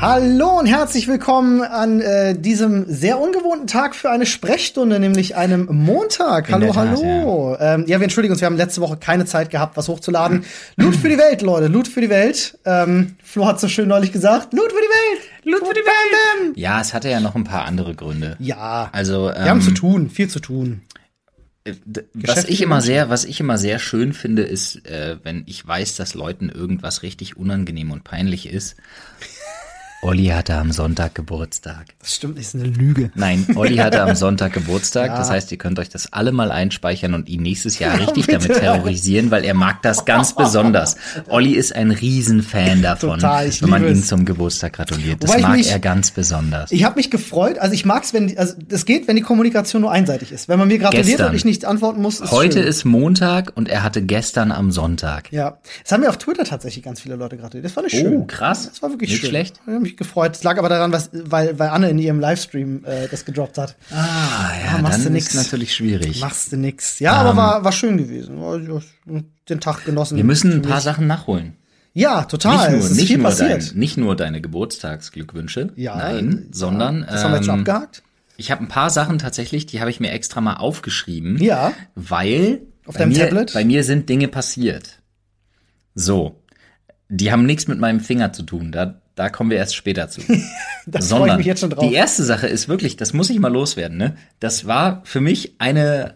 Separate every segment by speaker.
Speaker 1: Hallo und herzlich willkommen an äh, diesem sehr ungewohnten Tag für eine Sprechstunde, nämlich einem Montag. Hallo,
Speaker 2: der Tat,
Speaker 1: hallo. Ja. Ähm, ja, wir entschuldigen uns, wir haben letzte Woche keine Zeit gehabt, was hochzuladen. Loot für die Welt, Leute, Loot für die Welt. Ähm, Flo hat so schön neulich gesagt, Loot für die Welt, Loot für die Welt.
Speaker 2: Ja, es hatte ja noch ein paar andere Gründe.
Speaker 1: Ja,
Speaker 2: Also
Speaker 1: wir haben
Speaker 2: ähm, äh,
Speaker 1: zu tun, viel zu tun.
Speaker 2: d- was
Speaker 1: Geschäftliche
Speaker 2: ich immer
Speaker 1: Menschen.
Speaker 2: sehr, was ich immer sehr schön finde, ist, äh, wenn ich weiß, dass Leuten irgendwas richtig unangenehm und peinlich ist. Olli hatte am Sonntag Geburtstag.
Speaker 1: Das stimmt, das ist eine Lüge.
Speaker 2: Nein, Olli hatte am Sonntag Geburtstag. Das heißt, ihr könnt euch das alle mal einspeichern und ihn nächstes Jahr richtig damit
Speaker 1: bitte.
Speaker 2: terrorisieren, weil er mag das ganz besonders. Olli ist ein Riesenfan davon,
Speaker 1: Total, ich
Speaker 2: wenn man
Speaker 1: liebe
Speaker 2: ihm
Speaker 1: es.
Speaker 2: zum Geburtstag gratuliert. Das
Speaker 1: Wobei ich
Speaker 2: mag
Speaker 1: mich-
Speaker 2: er ganz besonders.
Speaker 1: Ich habe mich gefreut, also ich mag's, wenn, die- also das geht, wenn die Kommunikation nur einseitig ist. Wenn man mir gratuliert
Speaker 2: Gestern.
Speaker 1: und ich nicht antworten muss, ist
Speaker 2: Heute
Speaker 1: schön.
Speaker 2: ist Montag und er hatte gestern am Sonntag.
Speaker 1: Ja, es haben mir auf Twitter tatsächlich ganz viele Leute gratuliert. Das war nicht schön.
Speaker 2: Oh, krass.
Speaker 1: Das war wirklich
Speaker 2: Nicht
Speaker 1: schön.
Speaker 2: schlecht.
Speaker 1: Ich habe mich gefreut. Es lag aber daran, was, weil, weil Anne in ihrem Livestream äh, das gedroppt hat.
Speaker 2: Ah, ja,
Speaker 1: Ah, machst
Speaker 2: dann
Speaker 1: du nix.
Speaker 2: ist natürlich schwierig.
Speaker 1: Machst du nix. Ja, aber war, war schön gewesen. War- ja, Den Tag genossen.
Speaker 2: Ähm. Wir müssen ein paar Sachen nachholen.
Speaker 1: Ja, total.
Speaker 2: nicht nur,
Speaker 1: Ah, es ist
Speaker 2: nicht,
Speaker 1: viel
Speaker 2: nur dein,
Speaker 1: passiert.
Speaker 2: nicht nur deine Geburtstagsglückwünsche,
Speaker 1: Ja, äh,
Speaker 2: nein, sondern
Speaker 1: Das haben wir jetzt schon
Speaker 2: ähm,
Speaker 1: abgehakt.
Speaker 2: ich habe ein paar Sachen tatsächlich, die habe ich mir extra mal aufgeschrieben,
Speaker 1: Ja.
Speaker 2: weil
Speaker 1: Auf
Speaker 2: bei,
Speaker 1: deinem
Speaker 2: mir,
Speaker 1: Tablet?
Speaker 2: bei mir sind Dinge passiert. So, die haben nichts mit meinem Finger zu tun, da, da kommen wir erst später zu.
Speaker 1: Da freue ich
Speaker 2: sondern
Speaker 1: mich jetzt schon drauf.
Speaker 2: die erste Sache ist wirklich, das muss ich mal loswerden, ne? Das war für mich eine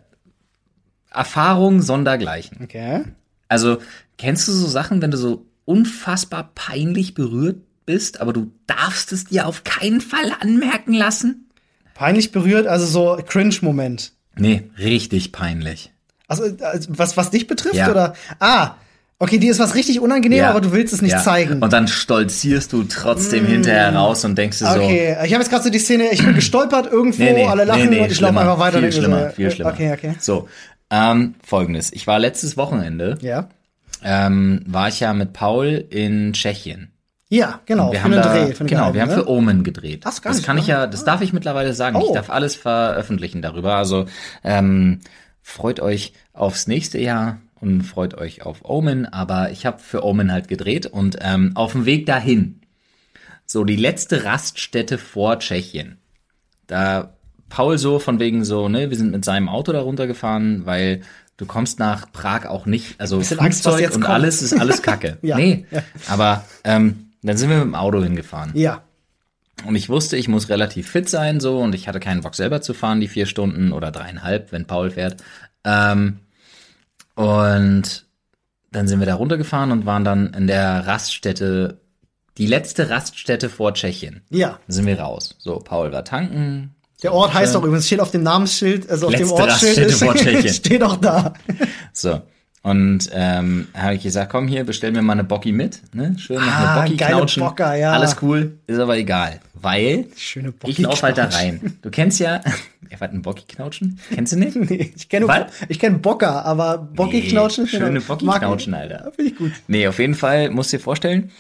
Speaker 2: Erfahrung sondergleichen.
Speaker 1: Okay.
Speaker 2: Also, kennst du so Sachen, wenn du so unfassbar peinlich berührt bist, aber du darfst es dir auf keinen Fall anmerken lassen?
Speaker 1: Peinlich berührt, also so Cringe-Moment.
Speaker 2: Nee, richtig peinlich.
Speaker 1: Also, also was, was dich betrifft?
Speaker 2: Ja.
Speaker 1: Oder? Ah, okay, dir ist was richtig unangenehm, aber du willst es nicht
Speaker 2: ja.
Speaker 1: zeigen. Mm.
Speaker 2: Und dann stolzierst du trotzdem hinterher raus und denkst dir so,
Speaker 1: Okay, ich habe jetzt gerade so die Szene, ich bin gestolpert irgendwo,
Speaker 2: nee, nee,
Speaker 1: alle lachen
Speaker 2: nee, nee,
Speaker 1: und ich laufe
Speaker 2: schlimmer,
Speaker 1: einfach weiter. und
Speaker 2: Viel
Speaker 1: denk mir
Speaker 2: schlimmer,
Speaker 1: so,
Speaker 2: viel
Speaker 1: äh,
Speaker 2: schlimmer.
Speaker 1: Okay, okay.
Speaker 2: So, ähm, folgendes. Ich war letztes Wochenende,
Speaker 1: Ja.
Speaker 2: ähm, war ich ja mit Paul in Tschechien.
Speaker 1: Ja, genau,
Speaker 2: wir haben
Speaker 1: einen
Speaker 2: da,
Speaker 1: für ne? einen
Speaker 2: genau, wir haben
Speaker 1: gehalten,
Speaker 2: für Omen gedreht.
Speaker 1: Das
Speaker 2: Das,
Speaker 1: gar nicht,
Speaker 2: kann ich
Speaker 1: ne?
Speaker 2: ja, das darf ich mittlerweile sagen.
Speaker 1: Oh.
Speaker 2: Ich darf alles veröffentlichen darüber. Also ähm, freut euch aufs nächste Jahr und freut euch auf Omen. Aber ich habe für Omen halt gedreht und ähm, auf dem Weg dahin, so die letzte Raststätte vor Tschechien, da Paul so von wegen so, ne, wir sind mit seinem Auto da runtergefahren, weil du kommst nach Prag auch nicht, also
Speaker 1: Bisschen Angst, was
Speaker 2: Flugzeug
Speaker 1: jetzt
Speaker 2: und
Speaker 1: kommt.
Speaker 2: alles ist alles Kacke.
Speaker 1: Ja,
Speaker 2: nee,
Speaker 1: ja.
Speaker 2: aber ähm, dann sind wir mit dem Auto hingefahren.
Speaker 1: Ja.
Speaker 2: Und ich wusste, ich muss relativ fit sein, so, und ich hatte keinen Bock selber zu fahren, die vier Stunden oder dreieinhalb, wenn Paul fährt. Ähm, und dann sind wir da runtergefahren und waren dann in der Raststätte, die letzte Raststätte vor Tschechien.
Speaker 1: Ja.
Speaker 2: Dann sind wir raus. So, Paul war tanken.
Speaker 1: Der Ort heißt doch übrigens, steht auf dem Namensschild, also auf dem
Speaker 2: Letzte
Speaker 1: Ortsschild
Speaker 2: Raststätte vor Tschechien.
Speaker 1: ist, steht auch da.
Speaker 2: So. Und ähm, habe ich gesagt, komm hier, bestell mir mal eine Bocki mit. Ne? Schön noch
Speaker 1: Ah,
Speaker 2: eine Bocki
Speaker 1: geile
Speaker 2: knautschen.
Speaker 1: Bocker, ja.
Speaker 2: Alles cool, ist aber egal. Weil
Speaker 1: Schöne Bocki
Speaker 2: ich laufe halt da
Speaker 1: knautschen.
Speaker 2: rein. Du kennst ja, er hat einen Bocki knautschen. Kennst du nicht?
Speaker 1: Nee, ich kenne
Speaker 2: Was?
Speaker 1: ich kenn Bocker, aber Bocki-Knautschen.
Speaker 2: Nee, schöne
Speaker 1: genau.
Speaker 2: Bocki-Knautschen,
Speaker 1: Mag ich.
Speaker 2: Alter.
Speaker 1: Ja, Finde ich gut.
Speaker 2: Nee, auf jeden Fall musst du dir vorstellen,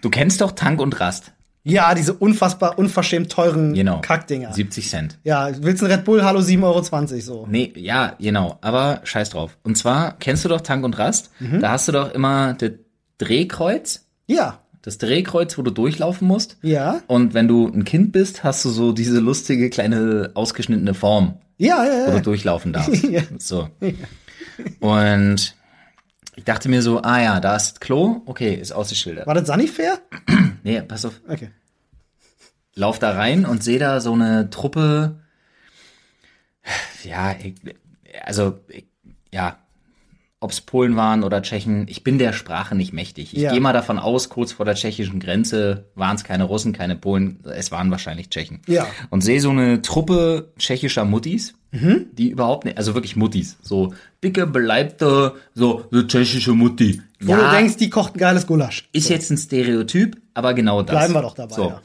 Speaker 2: du kennst doch Tank und Rast.
Speaker 1: Ja, diese unfassbar, unverschämt teuren
Speaker 2: Genau.
Speaker 1: Kackdinger.
Speaker 2: 70 Cent.
Speaker 1: Ja, willst du einen Red Bull? Hallo, 7,20 Euro so.
Speaker 2: Nee, ja, genau. Aber scheiß drauf. Und zwar kennst du doch Tank und Rast.
Speaker 1: Mhm.
Speaker 2: Da hast du doch immer das Drehkreuz.
Speaker 1: Ja,
Speaker 2: Das Drehkreuz, wo du durchlaufen musst.
Speaker 1: ja,
Speaker 2: Und wenn du ein Kind bist, hast du so diese lustige kleine ausgeschnittene Form,
Speaker 1: ja, ja,
Speaker 2: wo
Speaker 1: ja.
Speaker 2: du durchlaufen darfst.
Speaker 1: Ja.
Speaker 2: So. Und ich dachte mir so, ah ja, da ist Klo, okay, ist ausgeschildert.
Speaker 1: War das Sanifair?
Speaker 2: Nee, pass auf,
Speaker 1: Okay.
Speaker 2: lauf da rein und sehe da so eine Truppe. Ja, ich, also ich, ja, ob's Polen waren oder Tschechen, ich bin der Sprache nicht mächtig. Ich
Speaker 1: Ja.
Speaker 2: gehe mal davon aus, kurz vor der tschechischen Grenze waren es keine Russen, keine Polen, es waren wahrscheinlich Tschechen.
Speaker 1: Ja.
Speaker 2: Und sehe so eine Truppe tschechischer Muttis,
Speaker 1: Mhm.
Speaker 2: die überhaupt nicht, also wirklich Muttis, so dicke, beleibte, so eine tschechische Mutti.
Speaker 1: Wo du denkst, die kocht ein geiles Gulasch.
Speaker 2: ist jetzt ein Stereotyp, aber genau das.
Speaker 1: Bleiben wir doch dabei,
Speaker 2: So.
Speaker 1: ja.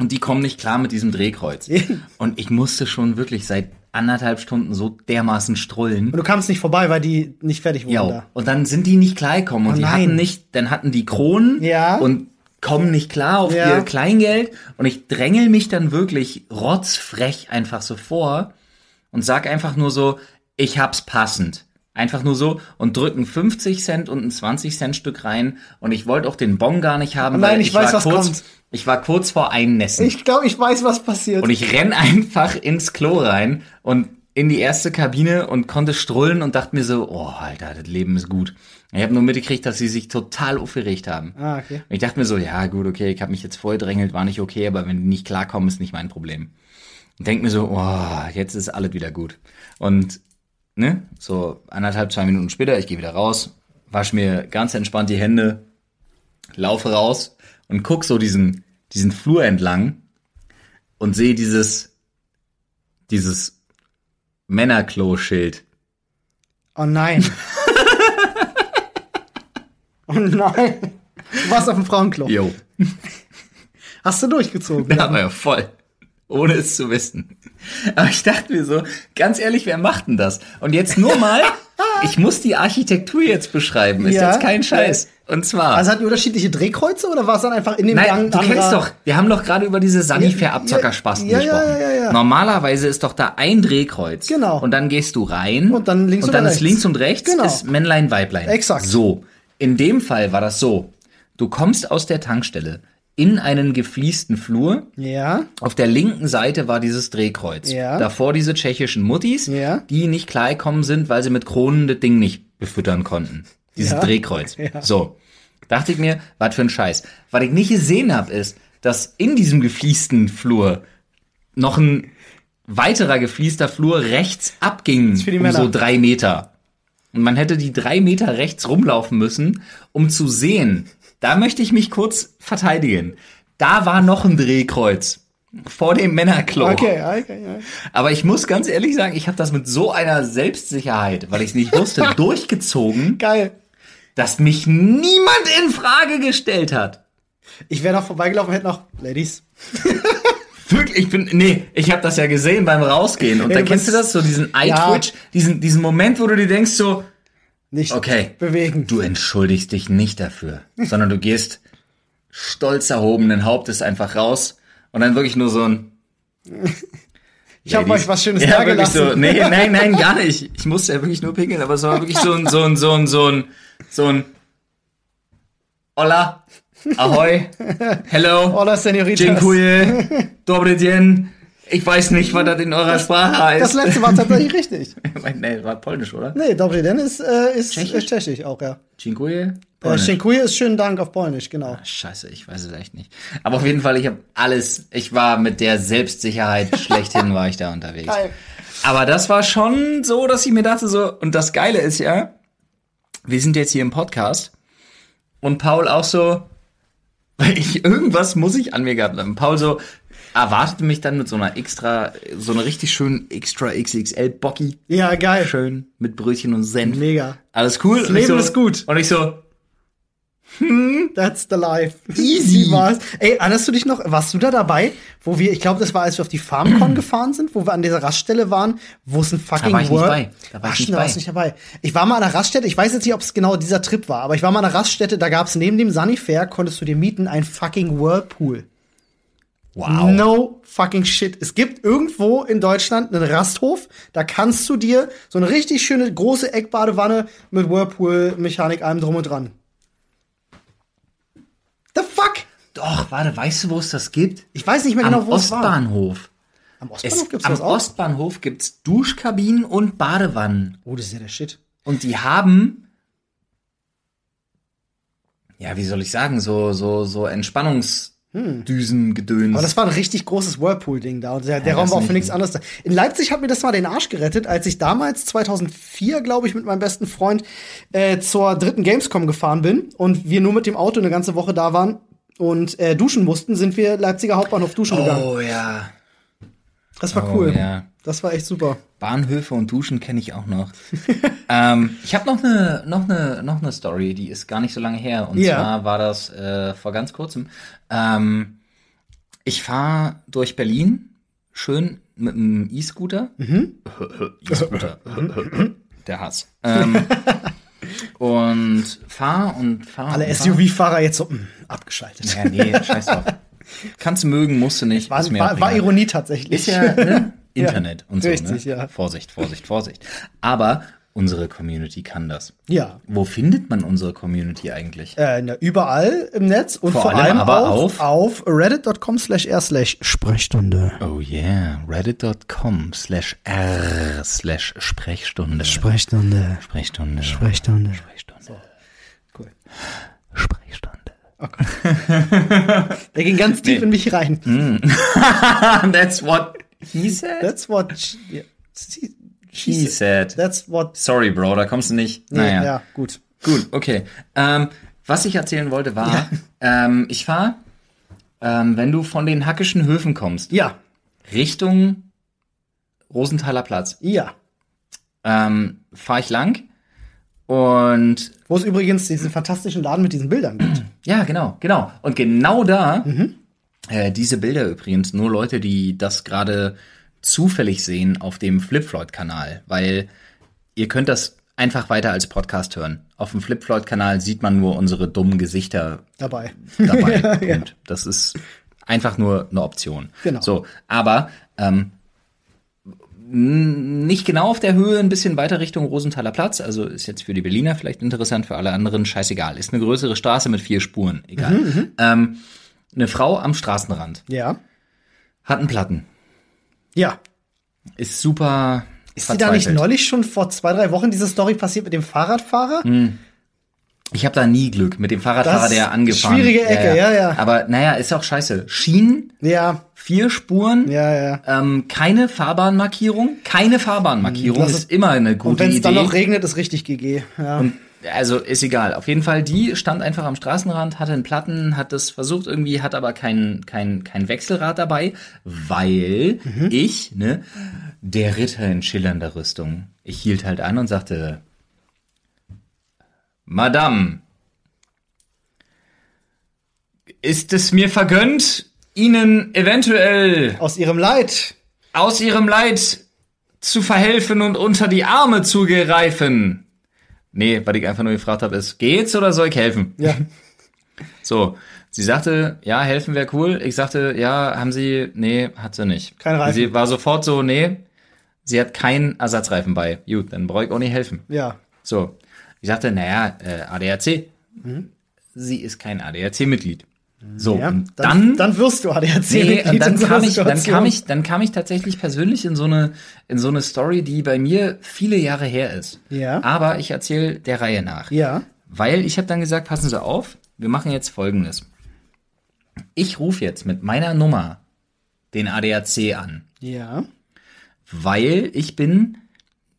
Speaker 2: Und die kommen nicht klar mit diesem Drehkreuz. und ich musste schon wirklich seit anderthalb Stunden so dermaßen strullen.
Speaker 1: Und du kamst nicht vorbei, weil die nicht fertig wurden
Speaker 2: Ja.
Speaker 1: da.
Speaker 2: Und dann sind die nicht klar gekommen. Und
Speaker 1: Oh
Speaker 2: die
Speaker 1: nein.
Speaker 2: hatten nicht, dann hatten die Kronen
Speaker 1: Ja.
Speaker 2: und kommen nicht klar auf
Speaker 1: Ja.
Speaker 2: ihr Kleingeld. Und ich drängel mich dann wirklich rotzfrech einfach so vor und sag einfach nur so, ich hab's passend. Einfach nur so und drücken 50 Cent und ein 20 Cent Stück rein. Und ich wollte auch den Bon gar nicht haben,
Speaker 1: Nein,
Speaker 2: weil
Speaker 1: ich weiß,
Speaker 2: war
Speaker 1: was
Speaker 2: kurz,
Speaker 1: kommt.
Speaker 2: ich war kurz vor Einnässen.
Speaker 1: Ich glaube, ich weiß, was passiert.
Speaker 2: und ich renn einfach ins Klo rein und in die erste Kabine und konnte strullen und dachte mir so, oh, Alter, das Leben ist gut. Ich habe nur mitgekriegt, dass sie sich total aufgeregt haben.
Speaker 1: ah, okay.
Speaker 2: Und ich dachte mir so, ja gut, okay, ich habe mich jetzt vorgedrängelt, war nicht okay, aber wenn die nicht klarkommen, ist nicht mein Problem. Und denk mir so, oh, jetzt ist alles wieder gut. Und ne, so anderthalb, zwei Minuten später, ich gehe wieder raus, wasch mir ganz entspannt die Hände, laufe raus und guck so diesen, diesen Flur entlang und sehe dieses, dieses Männerklo-Schild.
Speaker 1: Oh nein. oh nein. Du warst auf dem Frauenklo.
Speaker 2: Jo,
Speaker 1: Hast du durchgezogen?
Speaker 2: da war ja voll. Ohne es zu wissen. Aber ich dachte mir so, ganz ehrlich, wer macht denn das? Und jetzt nur mal, ich muss die Architektur jetzt beschreiben. Ist
Speaker 1: Ja.
Speaker 2: jetzt kein Scheiß. Und zwar.
Speaker 1: Also hatten die unterschiedliche Drehkreuze oder war es dann einfach in dem
Speaker 2: Nein,
Speaker 1: langen
Speaker 2: du
Speaker 1: anderer-
Speaker 2: kennst doch, wir haben doch gerade über diese Sanifair-Abzockerspasten
Speaker 1: Ja, ja,
Speaker 2: gesprochen.
Speaker 1: ja, ja, ja.
Speaker 2: Normalerweise ist doch da ein Drehkreuz.
Speaker 1: Genau.
Speaker 2: Und dann gehst du rein.
Speaker 1: Und dann links
Speaker 2: und
Speaker 1: oder
Speaker 2: dann ist
Speaker 1: rechts.
Speaker 2: links und rechts
Speaker 1: Genau.
Speaker 2: ist Männlein, Weiblein.
Speaker 1: Exakt.
Speaker 2: So. In dem Fall war das so. Du kommst aus der Tankstelle in einen gefliesten Flur.
Speaker 1: Ja.
Speaker 2: Auf der linken Seite war dieses Drehkreuz.
Speaker 1: Ja.
Speaker 2: Davor diese tschechischen Muttis,
Speaker 1: Ja.
Speaker 2: die nicht klargekommen sind, weil sie mit Kronen das Ding nicht befüttern konnten. Dieses
Speaker 1: Ja.
Speaker 2: Drehkreuz. So. Dachte ich mir, was für ein Scheiß. Was ich nicht gesehen habe, ist, dass in diesem gefliesten Flur noch ein weiterer gefliester Flur rechts abging.
Speaker 1: für die
Speaker 2: um
Speaker 1: Männer.
Speaker 2: so drei Meter. Und man hätte die drei Meter rechts rumlaufen müssen, um zu sehen. Da möchte ich mich kurz verteidigen. Da war noch ein Drehkreuz. Vor dem Männerklo.
Speaker 1: Okay, ja, okay, ja.
Speaker 2: Aber ich muss ganz ehrlich sagen, ich habe das mit so einer Selbstsicherheit, weil ich es nicht wusste, durchgezogen,
Speaker 1: Geil.
Speaker 2: dass mich niemand in Frage gestellt hat.
Speaker 1: Ich wäre noch vorbeigelaufen, hätte noch Ladies.
Speaker 2: Wirklich, ich bin, nee, ich habe das ja gesehen beim Rausgehen. Und
Speaker 1: Ja,
Speaker 2: da
Speaker 1: du
Speaker 2: kennst du
Speaker 1: bist-
Speaker 2: das, so diesen
Speaker 1: Ja.
Speaker 2: Eye-Twitch, diesen, diesen Moment, wo du dir denkst so,
Speaker 1: Nicht
Speaker 2: Okay.
Speaker 1: bewegen.
Speaker 2: Du entschuldigst dich nicht dafür, sondern du gehst stolz erhobenen Hauptes einfach raus und dann wirklich nur so ein.
Speaker 1: Ich hab euch was Schönes
Speaker 2: ja, wirklich
Speaker 1: dagelassen.
Speaker 2: So, nee, nein, nein, gar nicht. Ich musste ja wirklich nur pinkeln, aber es war wirklich so ein, so ein, so ein, so ein, so ein. Hola, ahoi, hello,
Speaker 1: Hola, Senoritas.
Speaker 2: dziękuję, dobry dzień. Ich weiß nicht, was das in eurer Sprache
Speaker 1: Das
Speaker 2: heißt.
Speaker 1: letzte war tatsächlich richtig.
Speaker 2: nee, war polnisch, oder?
Speaker 1: Nee, Dobry Den ist, äh, ist
Speaker 2: Tschechisch?
Speaker 1: tschechisch, ist tschechisch auch, ja.
Speaker 2: Dziękuję.
Speaker 1: Äh,
Speaker 2: Polnisch.
Speaker 1: Shinkuye ist schönen Dank auf Polnisch, genau.
Speaker 2: Scheiße, ich weiß es echt nicht. Aber auf jeden Fall, ich habe alles, ich war mit der Selbstsicherheit schlechthin war ich da unterwegs.
Speaker 1: Geil.
Speaker 2: Aber das war schon so, dass ich mir dachte so, und das Geile ist ja, wir sind jetzt hier im Podcast und Paul auch so, weil ich, irgendwas muss ich an mir gehabt haben. Paul so erwartete mich dann mit so einer extra, so einer richtig schönen extra XXL Bocki,
Speaker 1: Ja, geil.
Speaker 2: schön mit Brötchen und Senf.
Speaker 1: Mega.
Speaker 2: Alles cool. Das
Speaker 1: Leben
Speaker 2: so,
Speaker 1: ist gut.
Speaker 2: Und ich so,
Speaker 1: That's the life.
Speaker 2: Easy.
Speaker 1: Wie war's. Ey, erinnerst du dich noch, warst du da dabei, wo wir, ich glaube, das war, als wir auf die FarmCon gefahren sind, wo wir an dieser Raststelle waren, wo es ein fucking
Speaker 2: war ich nicht
Speaker 1: World-
Speaker 2: bei. Da war ich
Speaker 1: Ach,
Speaker 2: nicht
Speaker 1: da
Speaker 2: bei.
Speaker 1: warst du nicht dabei. Ich war mal an einer Raststätte, ich weiß jetzt nicht, ob es genau dieser Trip war, aber ich war mal an einer Raststätte, da gab es neben dem Sunnyfair, konntest du dir mieten, ein fucking Whirlpool.
Speaker 2: wow.
Speaker 1: No fucking shit. Es gibt irgendwo in Deutschland einen Rasthof, da kannst du dir so eine richtig schöne große Eckbadewanne mit Whirlpool-Mechanik, allem drum und dran. The fuck?
Speaker 2: Doch, warte, weißt du, wo es das gibt?
Speaker 1: Ich weiß nicht mehr
Speaker 2: Am
Speaker 1: genau, wo es war.
Speaker 2: Ostbahnhof.
Speaker 1: Am
Speaker 2: Es,
Speaker 1: Ostbahnhof gibt's
Speaker 2: am
Speaker 1: das auch.
Speaker 2: Ostbahnhof gibt's Duschkabinen und Badewannen.
Speaker 1: oh, das ist ja der Shit.
Speaker 2: Und die haben, ja, wie soll ich sagen, so, so, so Entspannungsdüsengedöns.
Speaker 1: Hm. Aber das war ein richtig großes Whirlpool-Ding da. Und der, der
Speaker 2: Ja,
Speaker 1: Raum
Speaker 2: das
Speaker 1: war auch für
Speaker 2: nicht.
Speaker 1: nichts anderes da. In Leipzig hat mir das mal den Arsch gerettet, als ich damals 2004, glaube ich, mit meinem besten Freund äh, zur dritten Gamescom gefahren bin und wir nur mit dem Auto eine ganze Woche da waren und äh, duschen mussten, sind wir Leipziger Hauptbahnhof duschen gegangen.
Speaker 2: oh ja.
Speaker 1: Das war
Speaker 2: Oh,
Speaker 1: cool.
Speaker 2: ja.
Speaker 1: Das war echt super.
Speaker 2: Bahnhöfe und Duschen kenne ich auch noch. ähm, ich habe noch eine noch eine noch eine Story, die ist gar nicht so lange her. Und
Speaker 1: Ja.
Speaker 2: zwar war das äh, vor ganz kurzem. Ähm, ich fahre durch Berlin schön mit einem E-Scooter.
Speaker 1: Mhm.
Speaker 2: E-Scooter. Der Hass. Ähm, und fahr und fahr.
Speaker 1: Alle
Speaker 2: und fahr.
Speaker 1: SUV-Fahrer jetzt so mh, abgeschaltet.
Speaker 2: Ja, nee, scheiß drauf. Kannst du mögen, musst du nicht.
Speaker 1: War,
Speaker 2: ist mir auch
Speaker 1: war, war
Speaker 2: egal.
Speaker 1: Ironie tatsächlich.
Speaker 2: Ist ja ne? Internet und so.
Speaker 1: richtig,
Speaker 2: ne?
Speaker 1: ja.
Speaker 2: Vorsicht, Vorsicht, Vorsicht. Aber unsere Community kann das.
Speaker 1: Ja.
Speaker 2: Wo findet man unsere Community eigentlich?
Speaker 1: Äh, na, überall im Netz und vor,
Speaker 2: Vor
Speaker 1: allem,
Speaker 2: allem aber
Speaker 1: auf, auf reddit.com slash r slash Sprechstunde.
Speaker 2: Oh yeah, reddit.com slash r slash Sprechstunde.
Speaker 1: Sprechstunde.
Speaker 2: Sprechstunde.
Speaker 1: Sprechstunde.
Speaker 2: Sprechstunde.
Speaker 1: Cool.
Speaker 2: Sprechstunde.
Speaker 1: Der ging ganz tief in mich rein.
Speaker 2: Hm? Ah, That's what he said.
Speaker 1: That's what she, yeah. she, she
Speaker 2: He
Speaker 1: said.
Speaker 2: said.
Speaker 1: That's what.
Speaker 2: Sorry, Bro, da kommst du nicht.
Speaker 1: Nee,
Speaker 2: naja.
Speaker 1: Ja, gut.
Speaker 2: Gut, okay. Ähm, was ich erzählen wollte war, ähm, ich fahre, ähm, wenn du von den Hackischen Höfen kommst,
Speaker 1: Ja,
Speaker 2: Richtung Rosenthaler Platz,
Speaker 1: ja.
Speaker 2: ähm, fahre ich lang und
Speaker 1: Wo es übrigens diesen fantastischen Laden mit diesen Bildern gibt.
Speaker 2: Ja, genau, genau. Und genau da, äh, diese Bilder übrigens, nur Leute, die das gerade zufällig sehen auf dem Flip Floyd-Kanal, weil ihr könnt das einfach weiter als Podcast hören. Auf dem Flip Floyd-Kanal sieht man nur unsere dummen Gesichter
Speaker 1: Dabei.
Speaker 2: dabei. Punkt. Das ist einfach nur eine Option.
Speaker 1: Genau.
Speaker 2: So, aber ähm, n- nicht genau auf der Höhe, ein bisschen weiter Richtung Rosenthaler Platz. Also ist jetzt für die Berliner vielleicht interessant, für alle anderen scheißegal. Ist eine größere Straße mit vier Spuren, egal.
Speaker 1: Mhm,
Speaker 2: ähm, eine Frau am Straßenrand
Speaker 1: Ja.
Speaker 2: hat einen Platten.
Speaker 1: Ja.
Speaker 2: Ist super.
Speaker 1: Ist dir da nicht neulich schon vor zwei, drei Wochen diese Story passiert mit dem Fahrradfahrer?
Speaker 2: Hm. Ich habe da nie Glück mit dem Fahrradfahrer,
Speaker 1: Das
Speaker 2: der angefahren
Speaker 1: schwierige Ecke, ja, ja.
Speaker 2: Aber naja, ist auch scheiße. Schienen,
Speaker 1: Ja,
Speaker 2: vier Spuren.
Speaker 1: ja, ja.
Speaker 2: Ähm, keine Fahrbahnmarkierung. Keine Fahrbahnmarkierung
Speaker 1: Das
Speaker 2: ist, immer eine
Speaker 1: Und
Speaker 2: gute
Speaker 1: wenn es
Speaker 2: Idee.
Speaker 1: dann noch regnet, ist richtig GG. Ja.
Speaker 2: also ist egal. Auf jeden Fall, die stand einfach am Straßenrand, hatte einen Platten, hat das versucht irgendwie, hat aber kein, kein, kein Wechselrad dabei, weil
Speaker 1: Mhm.
Speaker 2: ich, ne, der Ritter in schillernder Rüstung, ich hielt halt an und sagte, Madame, ist es mir vergönnt, Ihnen eventuell
Speaker 1: Aus ihrem Leid.
Speaker 2: aus ihrem Leid zu verhelfen und unter die Arme zu gereifen. Nee, was ich einfach nur gefragt habe, ist, geht's oder soll ich helfen?
Speaker 1: Ja.
Speaker 2: So, sie sagte, ja, helfen wäre cool. Ich sagte, ja, haben sie, nee, hat sie nicht.
Speaker 1: Kein Reifen.
Speaker 2: Sie war sofort so, nee, sie hat keinen Ersatzreifen bei. Gut, dann brauche ich auch nicht helfen.
Speaker 1: Ja.
Speaker 2: So, ich sagte, naja, äh, ADAC. Sie ist kein ADAC-Mitglied. So,
Speaker 1: Mhm. ja.
Speaker 2: und dann,
Speaker 1: dann wirst du ADAC.
Speaker 2: Nee,
Speaker 1: Mitglied
Speaker 2: und dann
Speaker 1: in so einer
Speaker 2: kam, ich, dann,
Speaker 1: Situation.
Speaker 2: kam ich, dann kam ich tatsächlich persönlich in so, eine, in so eine Story, die bei mir viele Jahre her ist.
Speaker 1: Ja.
Speaker 2: Aber ich erzähle der Reihe nach.
Speaker 1: Ja.
Speaker 2: Weil ich habe dann gesagt, passen Sie auf, wir machen jetzt Folgendes. Ich rufe jetzt mit meiner Nummer den ADAC an,
Speaker 1: Ja.
Speaker 2: weil ich bin,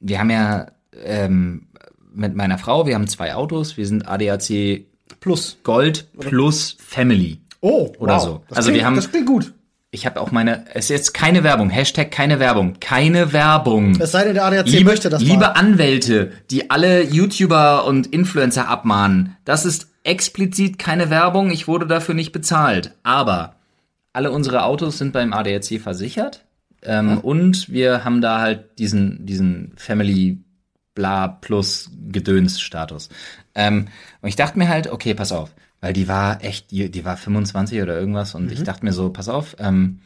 Speaker 2: wir haben ja ähm, mit meiner Frau, wir haben zwei Autos, wir sind ADAC
Speaker 1: Plus.
Speaker 2: Gold plus Family.
Speaker 1: Oh.
Speaker 2: Oder
Speaker 1: wow.
Speaker 2: so.
Speaker 1: Das
Speaker 2: Also
Speaker 1: klingt,
Speaker 2: wir haben-
Speaker 1: Das klingt gut.
Speaker 2: Ich habe auch meine, es ist jetzt keine Werbung, Hashtag keine Werbung, keine Werbung.
Speaker 1: Es sei denn, der ADAC
Speaker 2: liebe,
Speaker 1: möchte das
Speaker 2: liebe
Speaker 1: mal.
Speaker 2: Anwälte, die alle YouTuber und Influencer abmahnen, das ist explizit keine Werbung, ich wurde dafür nicht bezahlt. Aber alle unsere Autos sind beim ADAC versichert ähm, und wir haben da halt diesen, diesen Family Bla plus Gedöns-Status. Ähm, und ich dachte mir halt, okay, pass auf, weil die war echt, die, die war 25 oder irgendwas und
Speaker 1: Mhm.
Speaker 2: ich dachte mir so, pass auf, ähm,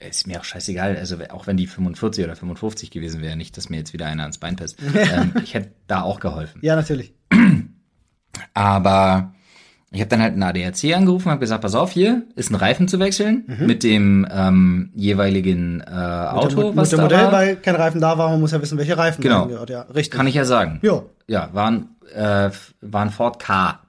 Speaker 2: ist mir auch scheißegal, also auch wenn die 45 oder 55 gewesen wäre, nicht, dass mir jetzt wieder einer ans Bein pisst. ähm, ich hätte da auch geholfen.
Speaker 1: Ja, natürlich.
Speaker 2: Aber ich habe dann halt einen ADAC angerufen, habe gesagt, pass auf, hier ist ein Reifen zu wechseln mit dem ähm, jeweiligen äh, Auto,
Speaker 1: Mhm. mit,
Speaker 2: was
Speaker 1: mit dem
Speaker 2: da
Speaker 1: Modell,
Speaker 2: war.
Speaker 1: weil kein Reifen da war, man muss ja wissen, welche Reifen
Speaker 2: Genau.
Speaker 1: dahin gehört. Ja, richtig.
Speaker 2: Kann ich ja sagen.
Speaker 1: Ja.
Speaker 2: Ja, war ein, äh, war ein Ford K.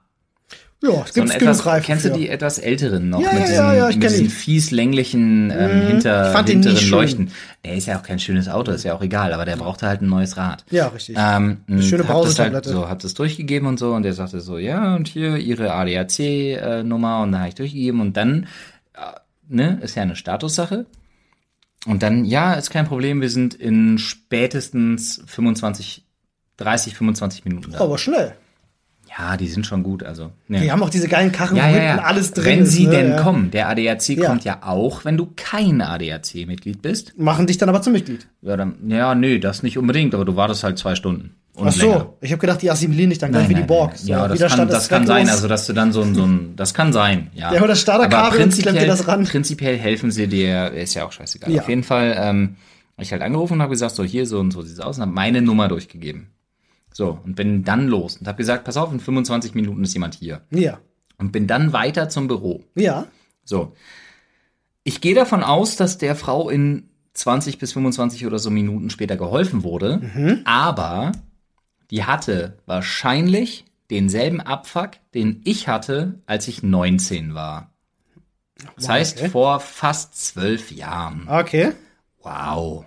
Speaker 1: Ja, es
Speaker 2: So
Speaker 1: gibt
Speaker 2: ein
Speaker 1: genug
Speaker 2: etwas,
Speaker 1: Reifen.
Speaker 2: kennst du
Speaker 1: für.
Speaker 2: die etwas älteren noch?
Speaker 1: Ja,
Speaker 2: mit
Speaker 1: ja,
Speaker 2: diesen,
Speaker 1: ja, ja, ich
Speaker 2: mit
Speaker 1: kenn
Speaker 2: diesen
Speaker 1: die.
Speaker 2: fieslänglichen ähm, hinter,
Speaker 1: ich fand den nie
Speaker 2: hinteren
Speaker 1: schön.
Speaker 2: Leuchten. Der ist ja auch kein schönes Auto, ist ja auch egal, aber der brauchte halt ein neues Rad.
Speaker 1: Ja, richtig.
Speaker 2: Ähm,
Speaker 1: schöne
Speaker 2: hab das halt
Speaker 1: Brausetablette.
Speaker 2: so, hab das durchgegeben und so und der sagte so, ja, und hier ihre ADAC-Nummer äh, und dann habe ich durchgegeben und dann, äh, ne, ist ja eine Statussache. Und dann, ja, ist kein Problem, wir sind in spätestens 25, 30, 25 Minuten da.
Speaker 1: Oh, aber schnell.
Speaker 2: Ja, die sind schon gut, also. ne.
Speaker 1: Die haben auch diese geilen Karren,
Speaker 2: Ja,
Speaker 1: wo
Speaker 2: ja,
Speaker 1: hinten
Speaker 2: ja.
Speaker 1: alles drin
Speaker 2: Wenn
Speaker 1: ist.
Speaker 2: sie
Speaker 1: ne?
Speaker 2: denn
Speaker 1: ja.
Speaker 2: kommen. Der ADAC
Speaker 1: Ja.
Speaker 2: kommt ja auch, wenn du kein ADAC-Mitglied bist.
Speaker 1: Machen dich dann aber zum Mitglied.
Speaker 2: Ja, dann, ja, nee, das nicht unbedingt, aber du wartest halt zwei Stunden. Und
Speaker 1: Ach so, ich habe gedacht, die assimilieren dich dann gleich wie die Borg. So,
Speaker 2: ja, das kann,
Speaker 1: Widerstand
Speaker 2: das
Speaker 1: ist
Speaker 2: kann sein,
Speaker 1: zwecklos.
Speaker 2: also dass du dann so ein, so ein das kann sein, ja.
Speaker 1: Ja, oder Starterkabel,
Speaker 2: Aber
Speaker 1: klemmt dir
Speaker 2: prinzipiell-
Speaker 1: das ran.
Speaker 2: Prinzipiell helfen sie dir, ist ja auch scheißegal.
Speaker 1: Ja.
Speaker 2: Auf jeden Fall, ähm, hab ich halt angerufen und habe gesagt, so hier, so und so sieht's aus und habe meine Nummer durchgegeben. So, und bin dann los und habe gesagt, pass auf, in 25 Minuten ist jemand hier.
Speaker 1: Ja.
Speaker 2: Und bin dann weiter zum Büro.
Speaker 1: Ja.
Speaker 2: So. Ich gehe davon aus, dass der Frau in 20 bis 25 oder so Minuten später geholfen wurde,
Speaker 1: Mhm.
Speaker 2: aber die hatte wahrscheinlich denselben Abfuck, den ich hatte, als ich 19 war. Das
Speaker 1: Wow,
Speaker 2: heißt,
Speaker 1: okay.
Speaker 2: vor fast zwölf Jahren.
Speaker 1: Okay.
Speaker 2: Wow.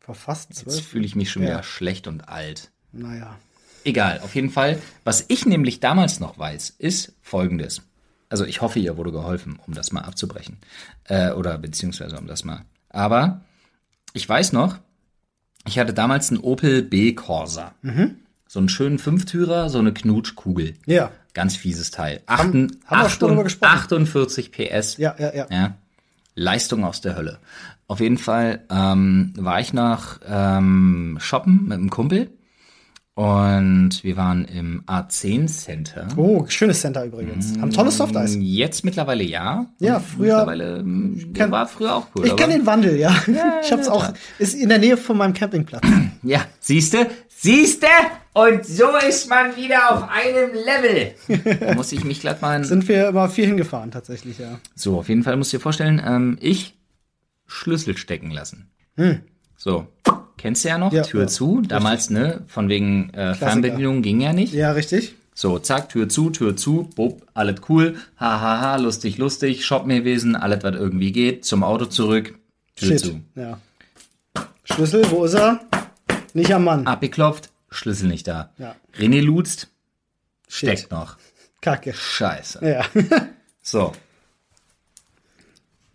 Speaker 1: Vor fast
Speaker 2: Jetzt
Speaker 1: zwölf.
Speaker 2: fühle ich mich schon
Speaker 1: Ja.
Speaker 2: wieder schlecht und alt.
Speaker 1: Naja.
Speaker 2: Egal, auf jeden Fall. Was ich nämlich damals noch weiß, ist folgendes. Also ich hoffe, ihr wurde geholfen, um das mal abzubrechen. Äh, oder beziehungsweise um das mal. Aber ich weiß noch, ich hatte damals einen Opel B Corsa. So einen schönen Fünftürer, so eine Knutschkugel.
Speaker 1: Mhm. Ja.
Speaker 2: Ganz fieses Teil.
Speaker 1: Haben-
Speaker 2: Achten-
Speaker 1: haben wir schon drüber
Speaker 2: achtund-
Speaker 1: gesprochen.
Speaker 2: 48 PS.
Speaker 1: Ja, ja, ja.
Speaker 2: Ja. Leistung aus der Hölle. Auf jeden Fall ähm, war ich nach ähm, Shoppen mit einem Kumpel und wir waren im A10 Center.
Speaker 1: Oh, schönes Center übrigens. Haben tolles Softeis.
Speaker 2: Jetzt mittlerweile ja.
Speaker 1: Ja,
Speaker 2: Und
Speaker 1: früher-
Speaker 2: Mm. Mittlerweile, ähm,
Speaker 1: kenn-
Speaker 2: war früher auch cool.
Speaker 1: Ich kenne
Speaker 2: aber-
Speaker 1: den Wandel, ja. Ich hab's
Speaker 2: ja,
Speaker 1: auch.
Speaker 2: klar.
Speaker 1: Ist in der Nähe von meinem Campingplatz.
Speaker 2: Ja, siehste, siehste, und so ist man wieder auf einem Level. Da muss ich mich glatt mal in
Speaker 1: Sind wir immer viel hingefahren, tatsächlich, ja.
Speaker 2: So, auf jeden Fall musst du dir vorstellen, ähm, ich Schlüssel stecken lassen. So, kennst du ja noch,
Speaker 1: Hm. Ja,
Speaker 2: Tür
Speaker 1: ja.
Speaker 2: zu. Damals, ne, von wegen äh, Fernbedienung ging ja nicht.
Speaker 1: Ja, richtig.
Speaker 2: So, zack, Tür zu, Tür zu, bupp, alles cool. Hahaha, ha, ha, lustig, lustig, Shop mir gewesen, alles, was irgendwie geht, zum Auto zurück, Tür
Speaker 1: Shit.
Speaker 2: zu.
Speaker 1: Ja. Schlüssel, wo ist er? Nicht am
Speaker 2: Ah,
Speaker 1: Mann.
Speaker 2: Abgeklopft, Schlüssel nicht da.
Speaker 1: Ja.
Speaker 2: René luzt,
Speaker 1: Shit.
Speaker 2: steckt noch.
Speaker 1: Kacke.
Speaker 2: Scheiße.
Speaker 1: Ja.
Speaker 2: So.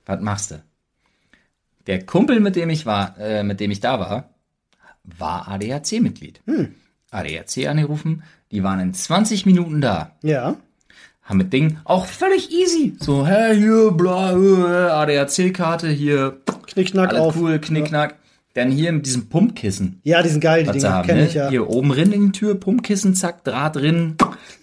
Speaker 2: Was machst du? Der Kumpel, mit dem ich war, äh, mit dem ich da war, war ADAC-Mitglied.
Speaker 1: Hm.
Speaker 2: ADAC angerufen, die waren in 20 Minuten da,
Speaker 1: ja.
Speaker 2: haben mit Dingen auch völlig easy. So, hey, hier, bla, äh, ADAC-Karte, hier,
Speaker 1: Knickknack
Speaker 2: alles
Speaker 1: auf.
Speaker 2: cool, knickknack. Dann hier mit diesem Pumpkissen.
Speaker 1: Ja, die sind geil, die
Speaker 2: Was sie
Speaker 1: Dinger.
Speaker 2: haben,
Speaker 1: Kenn
Speaker 2: ne?
Speaker 1: ich ja.
Speaker 2: Hier oben rein in die Tür, Pumpkissen, zack, Draht drin.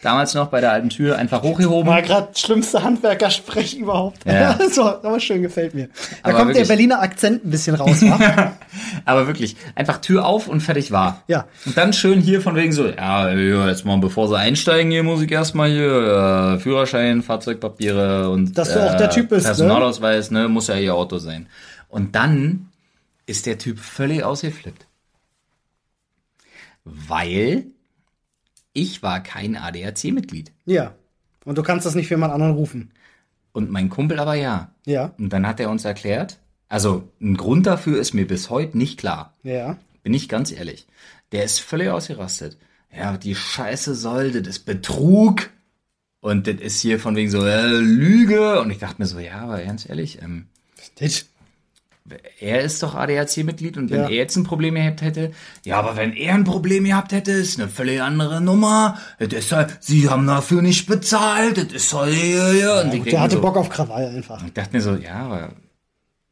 Speaker 2: Damals noch bei der alten Tür einfach hochgehoben.
Speaker 1: Mal gerade schlimmste Handwerker-Sprech überhaupt.
Speaker 2: Ja.
Speaker 1: so, aber schön gefällt mir. Da
Speaker 2: Aber
Speaker 1: kommt
Speaker 2: wirklich.
Speaker 1: der Berliner Akzent ein bisschen raus. wa?
Speaker 2: Aber wirklich, einfach Tür auf und fertig war.
Speaker 1: Ja.
Speaker 2: Und dann schön hier von wegen so, ja, ja, jetzt mal, bevor sie einsteigen, hier muss ich erstmal hier äh, Führerschein, Fahrzeugpapiere und äh,
Speaker 1: Dass du auch der Typ bist, ne?
Speaker 2: Personalausweis, ne? muss ja ihr Auto sein. Und dann ist der Typ völlig ausgeflippt. Weil ich war kein ADAC-Mitglied
Speaker 1: ja. Und du kannst das nicht für jemand anderen rufen.
Speaker 2: und mein Kumpel aber ja.
Speaker 1: Ja.
Speaker 2: Und dann hat er uns erklärt, also ein Grund dafür ist mir bis heute nicht klar.
Speaker 1: Ja.
Speaker 2: Bin ich ganz ehrlich. Der ist völlig ausgerastet. Ja, die Scheiße soll, das ist Betrug. Und das ist hier von wegen so äh, Lüge. Und ich dachte mir so, ja, aber ganz ehrlich, ähm,
Speaker 1: Stitch.
Speaker 2: er ist doch ADAC-Mitglied und wenn
Speaker 1: Ja.
Speaker 2: er jetzt ein Problem gehabt hätte, ja, aber wenn er ein Problem gehabt hätte, ist eine völlig andere Nummer. Das ist halt, sie haben dafür nicht bezahlt. Das ist halt, ja, ja. Und
Speaker 1: Gut,
Speaker 2: ich denk mir
Speaker 1: der hatte
Speaker 2: so,
Speaker 1: Bock auf Krawall einfach.
Speaker 2: und ich dachte mir so, ja, aber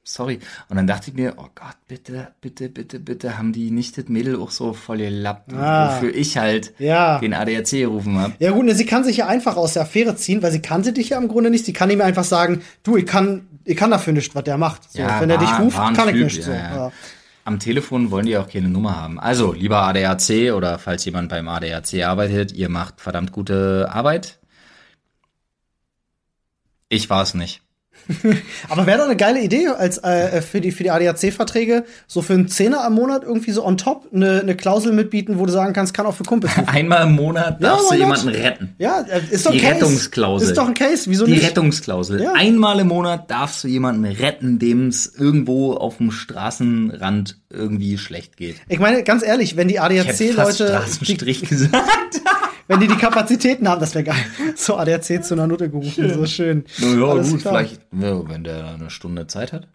Speaker 2: sorry. Und dann dachte ich mir, oh Gott, bitte, bitte, bitte, bitte haben die nicht das Mädel auch so voll gelappt,
Speaker 1: Ah.
Speaker 2: wofür ich halt
Speaker 1: Ja.
Speaker 2: den ADAC gerufen habe.
Speaker 1: Ja gut, ne, sie kann sich ja einfach aus der Affäre ziehen, weil sie kannte dich ja im Grunde nicht. Sie kann ihm einfach sagen, du, ich kann, ich kann dafür nicht, was der macht. So,
Speaker 2: Ja,
Speaker 1: wenn er
Speaker 2: war-
Speaker 1: dich ruft,
Speaker 2: war ein
Speaker 1: kann ich
Speaker 2: Typ,
Speaker 1: nicht. So.
Speaker 2: ja, ja.
Speaker 1: Ja.
Speaker 2: Am Telefon wollen die auch keine Nummer haben. Also, lieber ADAC oder falls jemand beim ADAC arbeitet, ihr macht verdammt gute Arbeit. Ich war es nicht.
Speaker 1: Aber wäre doch eine geile Idee, als äh, für die, für die ADAC-Verträge so für einen Zehner am Monat irgendwie so on top eine, eine Klausel mitbieten, wo du sagen kannst, kann auch für Kumpels. rufen.
Speaker 2: Einmal im Monat darfst
Speaker 1: why
Speaker 2: du
Speaker 1: not?
Speaker 2: jemanden retten.
Speaker 1: ja, äh, ist doch ein
Speaker 2: Die
Speaker 1: Case.
Speaker 2: Rettungsklausel.
Speaker 1: Ist doch ein Case, wieso
Speaker 2: Die
Speaker 1: nicht?
Speaker 2: Rettungsklausel.
Speaker 1: Ja.
Speaker 2: Einmal im Monat darfst du jemanden retten, dem es irgendwo auf dem Straßenrand irgendwie schlecht geht.
Speaker 1: Ich meine, ganz ehrlich, wenn die
Speaker 2: Ich hätte fast
Speaker 1: ADAC-Leute,
Speaker 2: Straßenstrich gesagt.
Speaker 1: wenn die die Kapazitäten haben, das wäre geil. So ADAC zu einer Note gerufen, so schön.
Speaker 2: Na ja,
Speaker 1: Alles
Speaker 2: gut,
Speaker 1: klar.
Speaker 2: vielleicht, ja, wenn der eine Stunde Zeit hat.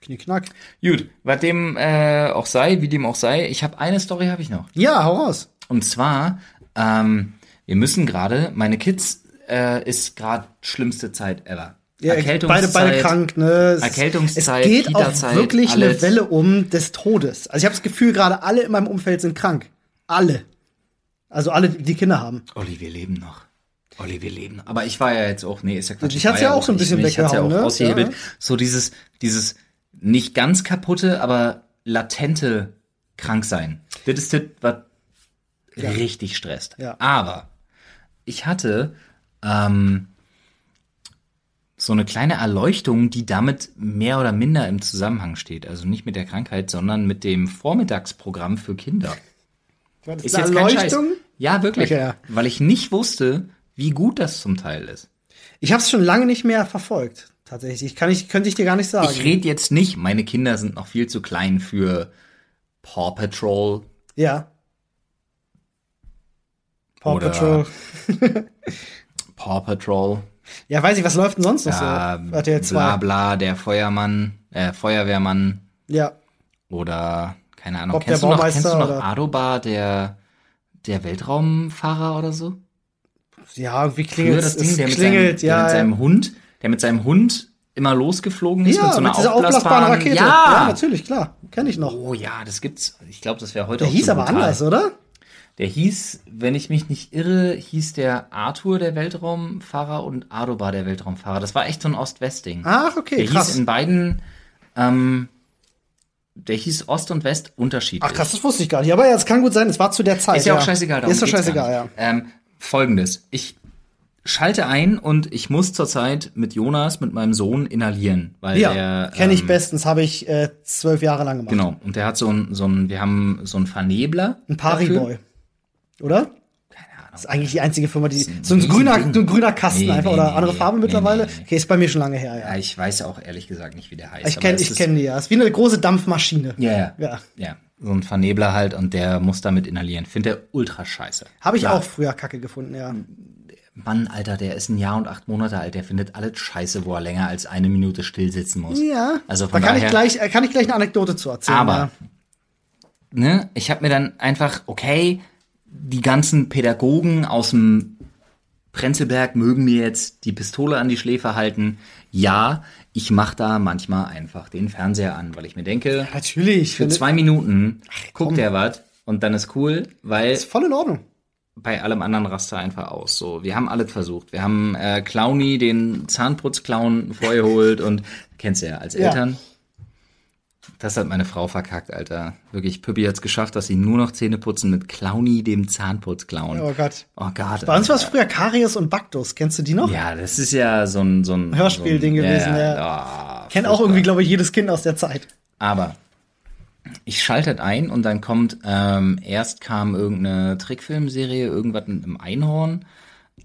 Speaker 1: Knickknack.
Speaker 2: Gut, was dem äh, auch sei, wie dem auch sei, ich habe eine Story habe ich noch.
Speaker 1: Ja, hau raus.
Speaker 2: Und zwar, ähm, wir müssen gerade, meine Kids äh, ist gerade schlimmste Zeit ever.
Speaker 1: Ja, ich- beide, beide krank, ne? Es,
Speaker 2: Erkältungszeit,
Speaker 1: Es geht auch
Speaker 2: Kita-Zeit,
Speaker 1: wirklich eine
Speaker 2: alles.
Speaker 1: Welle um des Todes. Also ich habe das Gefühl, gerade alle in meinem Umfeld sind krank. Alle. Also alle, die Kinder haben.
Speaker 2: Olli, wir leben noch. Olli, wir leben. noch. Aber ich war ja jetzt auch, nee, ist ja Quatsch.
Speaker 1: Dich hat's
Speaker 2: war
Speaker 1: ja auch so ein bisschen
Speaker 2: ich, mich hat's
Speaker 1: weggehauen,
Speaker 2: ja auch
Speaker 1: ne?
Speaker 2: ausgehebelt.
Speaker 1: Ja.
Speaker 2: So dieses, dieses nicht ganz kaputte, aber latente Kranksein. Das ist das, was
Speaker 1: Ja.
Speaker 2: richtig stresst.
Speaker 1: Ja.
Speaker 2: Aber ich hatte ähm, so eine kleine Erleuchtung, die damit mehr oder minder im Zusammenhang steht. Also nicht mit der Krankheit, sondern mit dem Vormittagsprogramm für Kinder.
Speaker 1: Ist
Speaker 2: Ist jetzt kein Scheiß. Ja, wirklich.
Speaker 1: Okay, ja.
Speaker 2: Weil ich nicht wusste, wie gut das zum Teil ist.
Speaker 1: Ich habe es schon lange nicht mehr verfolgt. Tatsächlich. Ich kann ich, könnte ich dir gar nicht sagen.
Speaker 2: Ich rede jetzt nicht, meine Kinder sind noch viel zu klein für Paw Patrol
Speaker 1: ja. Paw
Speaker 2: Oder-
Speaker 1: Patrol.
Speaker 2: Paw Patrol,
Speaker 1: Ja, weiß ich, was läuft denn sonst noch
Speaker 2: äh,
Speaker 1: so? RTL 2.
Speaker 2: bla bla, der Feuermann, äh, Feuerwehrmann
Speaker 1: Ja.
Speaker 2: oder keine Ahnung.
Speaker 1: Bob,
Speaker 2: kennst,
Speaker 1: der
Speaker 2: du noch,
Speaker 1: Baumeister
Speaker 2: kennst du noch
Speaker 1: oder-
Speaker 2: Adobar, der, der Weltraumfahrer oder so?
Speaker 1: Ja, irgendwie
Speaker 2: Früher
Speaker 1: klingelt
Speaker 2: das
Speaker 1: es.
Speaker 2: Ding, der mit,
Speaker 1: klingelt,
Speaker 2: seinem, der
Speaker 1: ja.
Speaker 2: mit seinem Hund, der mit seinem Hund immer losgeflogen ist
Speaker 1: ja,
Speaker 2: mit so einer
Speaker 1: mit dieser aufblasbaren Rakete. ja,
Speaker 2: Ja!
Speaker 1: natürlich, klar. Kenne ich noch.
Speaker 2: Oh ja, das gibt's. Ich glaube, das wäre heute
Speaker 1: Der
Speaker 2: auch
Speaker 1: hieß
Speaker 2: zu
Speaker 1: aber
Speaker 2: brutal.
Speaker 1: anders, oder?
Speaker 2: Der hieß, wenn ich mich nicht irre, hieß der Arthur der Weltraumfahrer und Adobar der Weltraumfahrer. Das war echt so ein Ost-West-Ding.
Speaker 1: Ach, okay,
Speaker 2: der
Speaker 1: Ah, krass.
Speaker 2: hieß in beiden, ähm, der hieß Ost und West unterschiedlich.
Speaker 1: Ach krass, das wusste ich gar nicht. Aber ja, es kann gut sein, es war zu der Zeit.
Speaker 2: Ist ja, auch scheißegal. darum
Speaker 1: Ist doch
Speaker 2: geht's
Speaker 1: scheißegal,
Speaker 2: gar
Speaker 1: ja.
Speaker 2: nicht. Ähm, Folgendes. Ich schalte ein und ich muss zurzeit mit Jonas, mit meinem Sohn inhalieren, weil
Speaker 1: Ja,
Speaker 2: der,
Speaker 1: kenne ich
Speaker 2: ähm,
Speaker 1: bestens, habe ich äh, zwölf Jahre lang gemacht.
Speaker 2: Genau. Und der hat so ein, so ein, wir haben so einen Vernebler.
Speaker 1: Ein Pariboy. Oder?
Speaker 2: Keine Ahnung.
Speaker 1: Ist eigentlich die einzige Firma, die.
Speaker 2: ein
Speaker 1: So ein grüner,
Speaker 2: Riesending.
Speaker 1: so ein grüner Kasten
Speaker 2: Nee,
Speaker 1: einfach
Speaker 2: nee,
Speaker 1: oder
Speaker 2: nee,
Speaker 1: andere Farbe
Speaker 2: nee,
Speaker 1: mittlerweile.
Speaker 2: nee, nee.
Speaker 1: Okay, ist bei mir schon lange her, ja.
Speaker 2: Ja, Äh, ich weiß auch ehrlich gesagt nicht, wie der heißt.
Speaker 1: ich
Speaker 2: aber
Speaker 1: kenne
Speaker 2: es
Speaker 1: ich
Speaker 2: ist-
Speaker 1: kenn die ja. Ist wie eine große Dampfmaschine.
Speaker 2: Ja, ja.
Speaker 1: Ja.
Speaker 2: Ja, so ein Vernebler halt und der muss damit inhalieren. Find der ultra scheiße.
Speaker 1: Habe ich
Speaker 2: Klar.
Speaker 1: auch früher Kacke gefunden, ja.
Speaker 2: Hm. Mann, Alter, der ist ein Jahr und acht Monate alt. Der findet alles scheiße, wo er länger als eine Minute still sitzen muss.
Speaker 1: Ja.
Speaker 2: Also von
Speaker 1: da kann
Speaker 2: daher,
Speaker 1: ich gleich, äh, kann ich gleich eine Anekdote zu erzählen. ja.
Speaker 2: Aber, ne, ich habe mir dann einfach, okay, die ganzen Pädagogen aus dem Prenzlberg mögen mir jetzt die Pistole an die Schläfe halten. Ja, ich mache da manchmal einfach den Fernseher an, weil ich mir denke,
Speaker 1: natürlich.
Speaker 2: für
Speaker 1: wenn-
Speaker 2: zwei Minuten guckt der was und dann ist cool, weil
Speaker 1: ist voll in Ordnung.
Speaker 2: bei allem anderen Raster einfach aus. So, wir haben alles versucht. Wir haben äh, Clowny, den Zahnputzclown, vorgeholt und kennst du ja als
Speaker 1: Ja.
Speaker 2: Eltern. Das hat meine Frau verkackt, Alter. Wirklich, Püppi hat's geschafft, dass sie nur noch Zähne putzen mit Clowny, dem Zahnputzclown.
Speaker 1: Oh Gott.
Speaker 2: Oh Gott.
Speaker 1: Bei uns war es früher Karies und Baktus. Kennst du die noch?
Speaker 2: ja, das ist ja so ein, so ein
Speaker 1: Hörspielding
Speaker 2: so ein-
Speaker 1: gewesen,
Speaker 2: ja. Oh,
Speaker 1: Kennt
Speaker 2: auch
Speaker 1: auch irgendwie, glaube ich, jedes Kind aus der Zeit.
Speaker 2: Aber ich schalte halt ein und dann kommt, ähm, erst kam irgendeine Trickfilmserie, irgendwas mit einem Einhorn.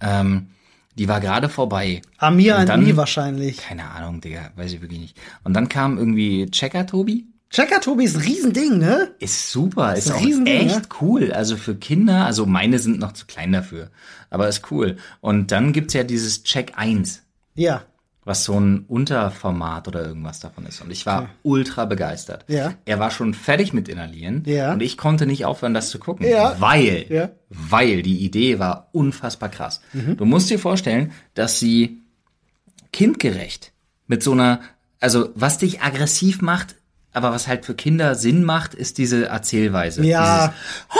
Speaker 2: Ähm, die war gerade vorbei.
Speaker 1: Amir
Speaker 2: Und
Speaker 1: und
Speaker 2: dann-
Speaker 1: Nie wahrscheinlich.
Speaker 2: Keine Ahnung, Digga, weiß ich wirklich nicht. Und dann kam irgendwie Checker Tobi.
Speaker 1: Checker Tobi ist ein Riesending, ne?
Speaker 2: Ist super, ist,
Speaker 1: ein
Speaker 2: auch echt
Speaker 1: Riesending,
Speaker 2: cool. Also für Kinder, also meine sind noch zu klein dafür, aber ist cool. Und dann gibt's ja dieses Check 1,
Speaker 1: Ja.
Speaker 2: was so ein Unterformat oder irgendwas davon ist. Und ich war ultra begeistert.
Speaker 1: Ja.
Speaker 2: Er war schon fertig mit Inhalieren
Speaker 1: Ja.
Speaker 2: und ich konnte nicht aufhören, das zu gucken,
Speaker 1: Ja.
Speaker 2: weil,
Speaker 1: Ja. Mhm.
Speaker 2: weil die Idee war unfassbar krass. Du musst dir vorstellen, dass sie kindgerecht mit so einer, also was dich aggressiv macht, aber was halt für Kinder Sinn macht, ist diese Erzählweise.
Speaker 1: Ja.
Speaker 2: Dieses,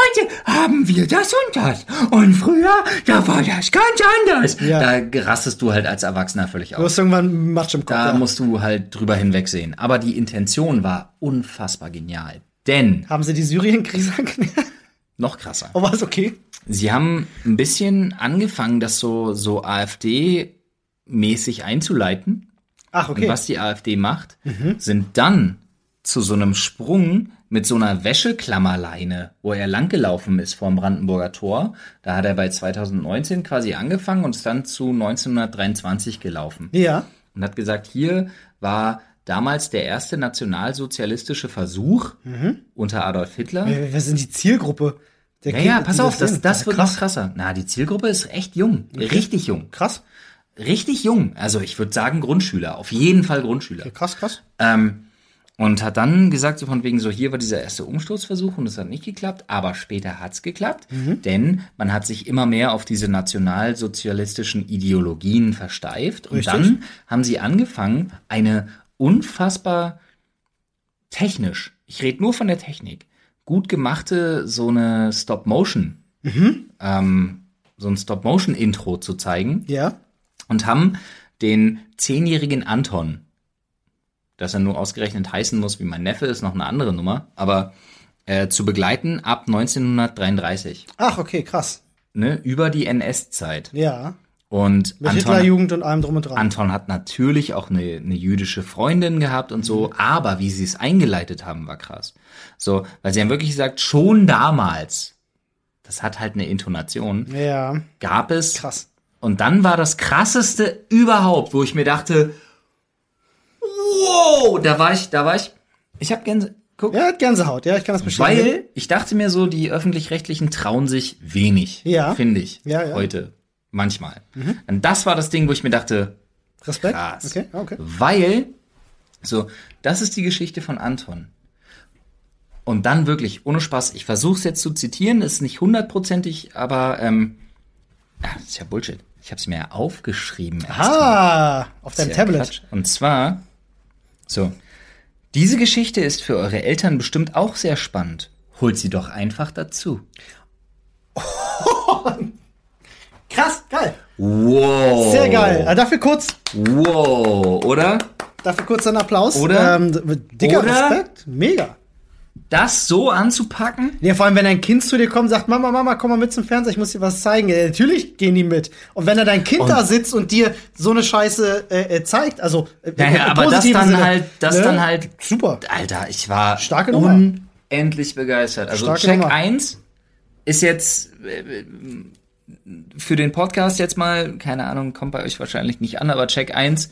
Speaker 2: Heute haben wir das und das. Und früher, da war das ganz anders.
Speaker 1: Ja.
Speaker 2: Da rastest du halt als Erwachsener völlig
Speaker 1: Du
Speaker 2: aus.
Speaker 1: hast irgendwann Matsch im Kopf.
Speaker 2: Da
Speaker 1: ja.
Speaker 2: musst du halt drüber hinwegsehen. Aber die Intention war unfassbar genial. Denn,
Speaker 1: Haben sie die Syrien-Krise erklärt?
Speaker 2: noch krasser,
Speaker 1: Aber ist okay.
Speaker 2: sie haben ein bisschen angefangen, das so, so AfD-mäßig einzuleiten.
Speaker 1: Ach,
Speaker 2: Und
Speaker 1: okay. Mhm.
Speaker 2: was die AfD macht, sind dann zu so einem Sprung mit so einer Wäscheklammerleine, wo er langgelaufen ist vorm Brandenburger Tor. Da hat er bei 2019 quasi angefangen und ist dann zu 1923 gelaufen
Speaker 1: Ja.
Speaker 2: und hat gesagt, hier war damals der erste nationalsozialistische Versuch
Speaker 1: Mhm.
Speaker 2: unter Adolf Hitler.
Speaker 1: Wer, wer sind die Zielgruppe? Der
Speaker 2: Ja,
Speaker 1: Kinder,
Speaker 2: ja, pass
Speaker 1: die
Speaker 2: auf, das,
Speaker 1: sehen?
Speaker 2: das
Speaker 1: Ja,
Speaker 2: wird
Speaker 1: krass.
Speaker 2: noch krasser. Na, die Zielgruppe ist echt jung, richtig jung,
Speaker 1: Krass,
Speaker 2: richtig jung. Also ich würde sagen Grundschüler, auf jeden Fall Grundschüler.
Speaker 1: Ja, krass, krass.
Speaker 2: Ähm, und hat dann gesagt, so von wegen so, hier war dieser erste Umsturzversuch und es hat nicht geklappt, aber später hat's geklappt, denn man hat sich immer mehr auf diese nationalsozialistischen Ideologien versteift und
Speaker 1: Richtig.
Speaker 2: dann haben sie angefangen, eine unfassbar technisch, ich rede nur von der Technik, gut gemachte so eine Stop-Motion, ähm, so ein Stop-Motion-Intro zu zeigen
Speaker 1: Ja.
Speaker 2: und haben den zehnjährigen Anton, dass er nur ausgerechnet heißen muss wie mein Neffe, ist noch eine andere Nummer, aber äh, zu begleiten ab 1933,
Speaker 1: Ach, okay, krass.
Speaker 2: ne, über die NS-Zeit.
Speaker 1: Ja.
Speaker 2: Und
Speaker 1: Mit
Speaker 2: Anton,
Speaker 1: Hitlerjugend und allem drum und dran.
Speaker 2: Anton hat natürlich auch eine, eine jüdische Freundin gehabt und
Speaker 1: Mhm.
Speaker 2: so, aber wie sie es eingeleitet haben, war krass. So, weil sie haben wirklich gesagt, schon damals, das hat halt eine Intonation,
Speaker 1: ja,
Speaker 2: gab es
Speaker 1: krass.
Speaker 2: Und dann war das krasseste überhaupt, wo ich mir dachte, wow, da war ich, da war ich. Ich habe Gänse. Guck,
Speaker 1: Ja, hat Gänsehaut, ja, ich kann das bestätigen.
Speaker 2: weil ich dachte mir so, die öffentlich-rechtlichen trauen sich wenig,
Speaker 1: Ja.
Speaker 2: finde ich,
Speaker 1: Ja, Mhm. ja.
Speaker 2: heute manchmal. Und das war das Ding, wo ich mir dachte,
Speaker 1: Respekt.
Speaker 2: Krass.
Speaker 1: Okay, ah, okay.
Speaker 2: weil so, das ist die Geschichte von Anton. Und dann wirklich, ohne Spaß, ich versuche es jetzt zu zitieren, ist nicht hundertprozentig, aber ähm, ja, das ist ja Bullshit. Ich habe es mir ja aufgeschrieben.
Speaker 1: Ah, auf deinem
Speaker 2: Ist ja
Speaker 1: Tablet.
Speaker 2: Quatsch. Und zwar, so, diese Geschichte ist für eure Eltern bestimmt auch sehr spannend. Holt sie doch einfach dazu.
Speaker 1: Krass, geil.
Speaker 2: Wow.
Speaker 1: Sehr geil. Äh, dafür kurz,
Speaker 2: Wow, oder?
Speaker 1: dafür kurz einen Applaus.
Speaker 2: Oder?
Speaker 1: Ähm, dicker
Speaker 2: Oder?
Speaker 1: Respekt. Mega.
Speaker 2: Das so anzupacken?
Speaker 1: Ja, vor allem, wenn dein Kind zu dir kommt und sagt, Mama, Mama, komm mal mit zum Fernseher, ich muss dir was zeigen. Äh, natürlich gehen die mit. Und wenn da dein Kind da sitzt und dir so eine Scheiße äh, äh, zeigt, also äh,
Speaker 2: Ja, ja,
Speaker 1: im
Speaker 2: aber das
Speaker 1: positiven Ne?
Speaker 2: dann halt- das dann halt-
Speaker 1: Super.
Speaker 2: Alter, ich war
Speaker 1: Starke Nummer.
Speaker 2: unendlich begeistert. Also
Speaker 1: Starke
Speaker 2: Check
Speaker 1: Nummer.
Speaker 2: 1 ist jetzt äh, für den Podcast jetzt mal, keine Ahnung, kommt bei euch wahrscheinlich nicht an, aber Check 1,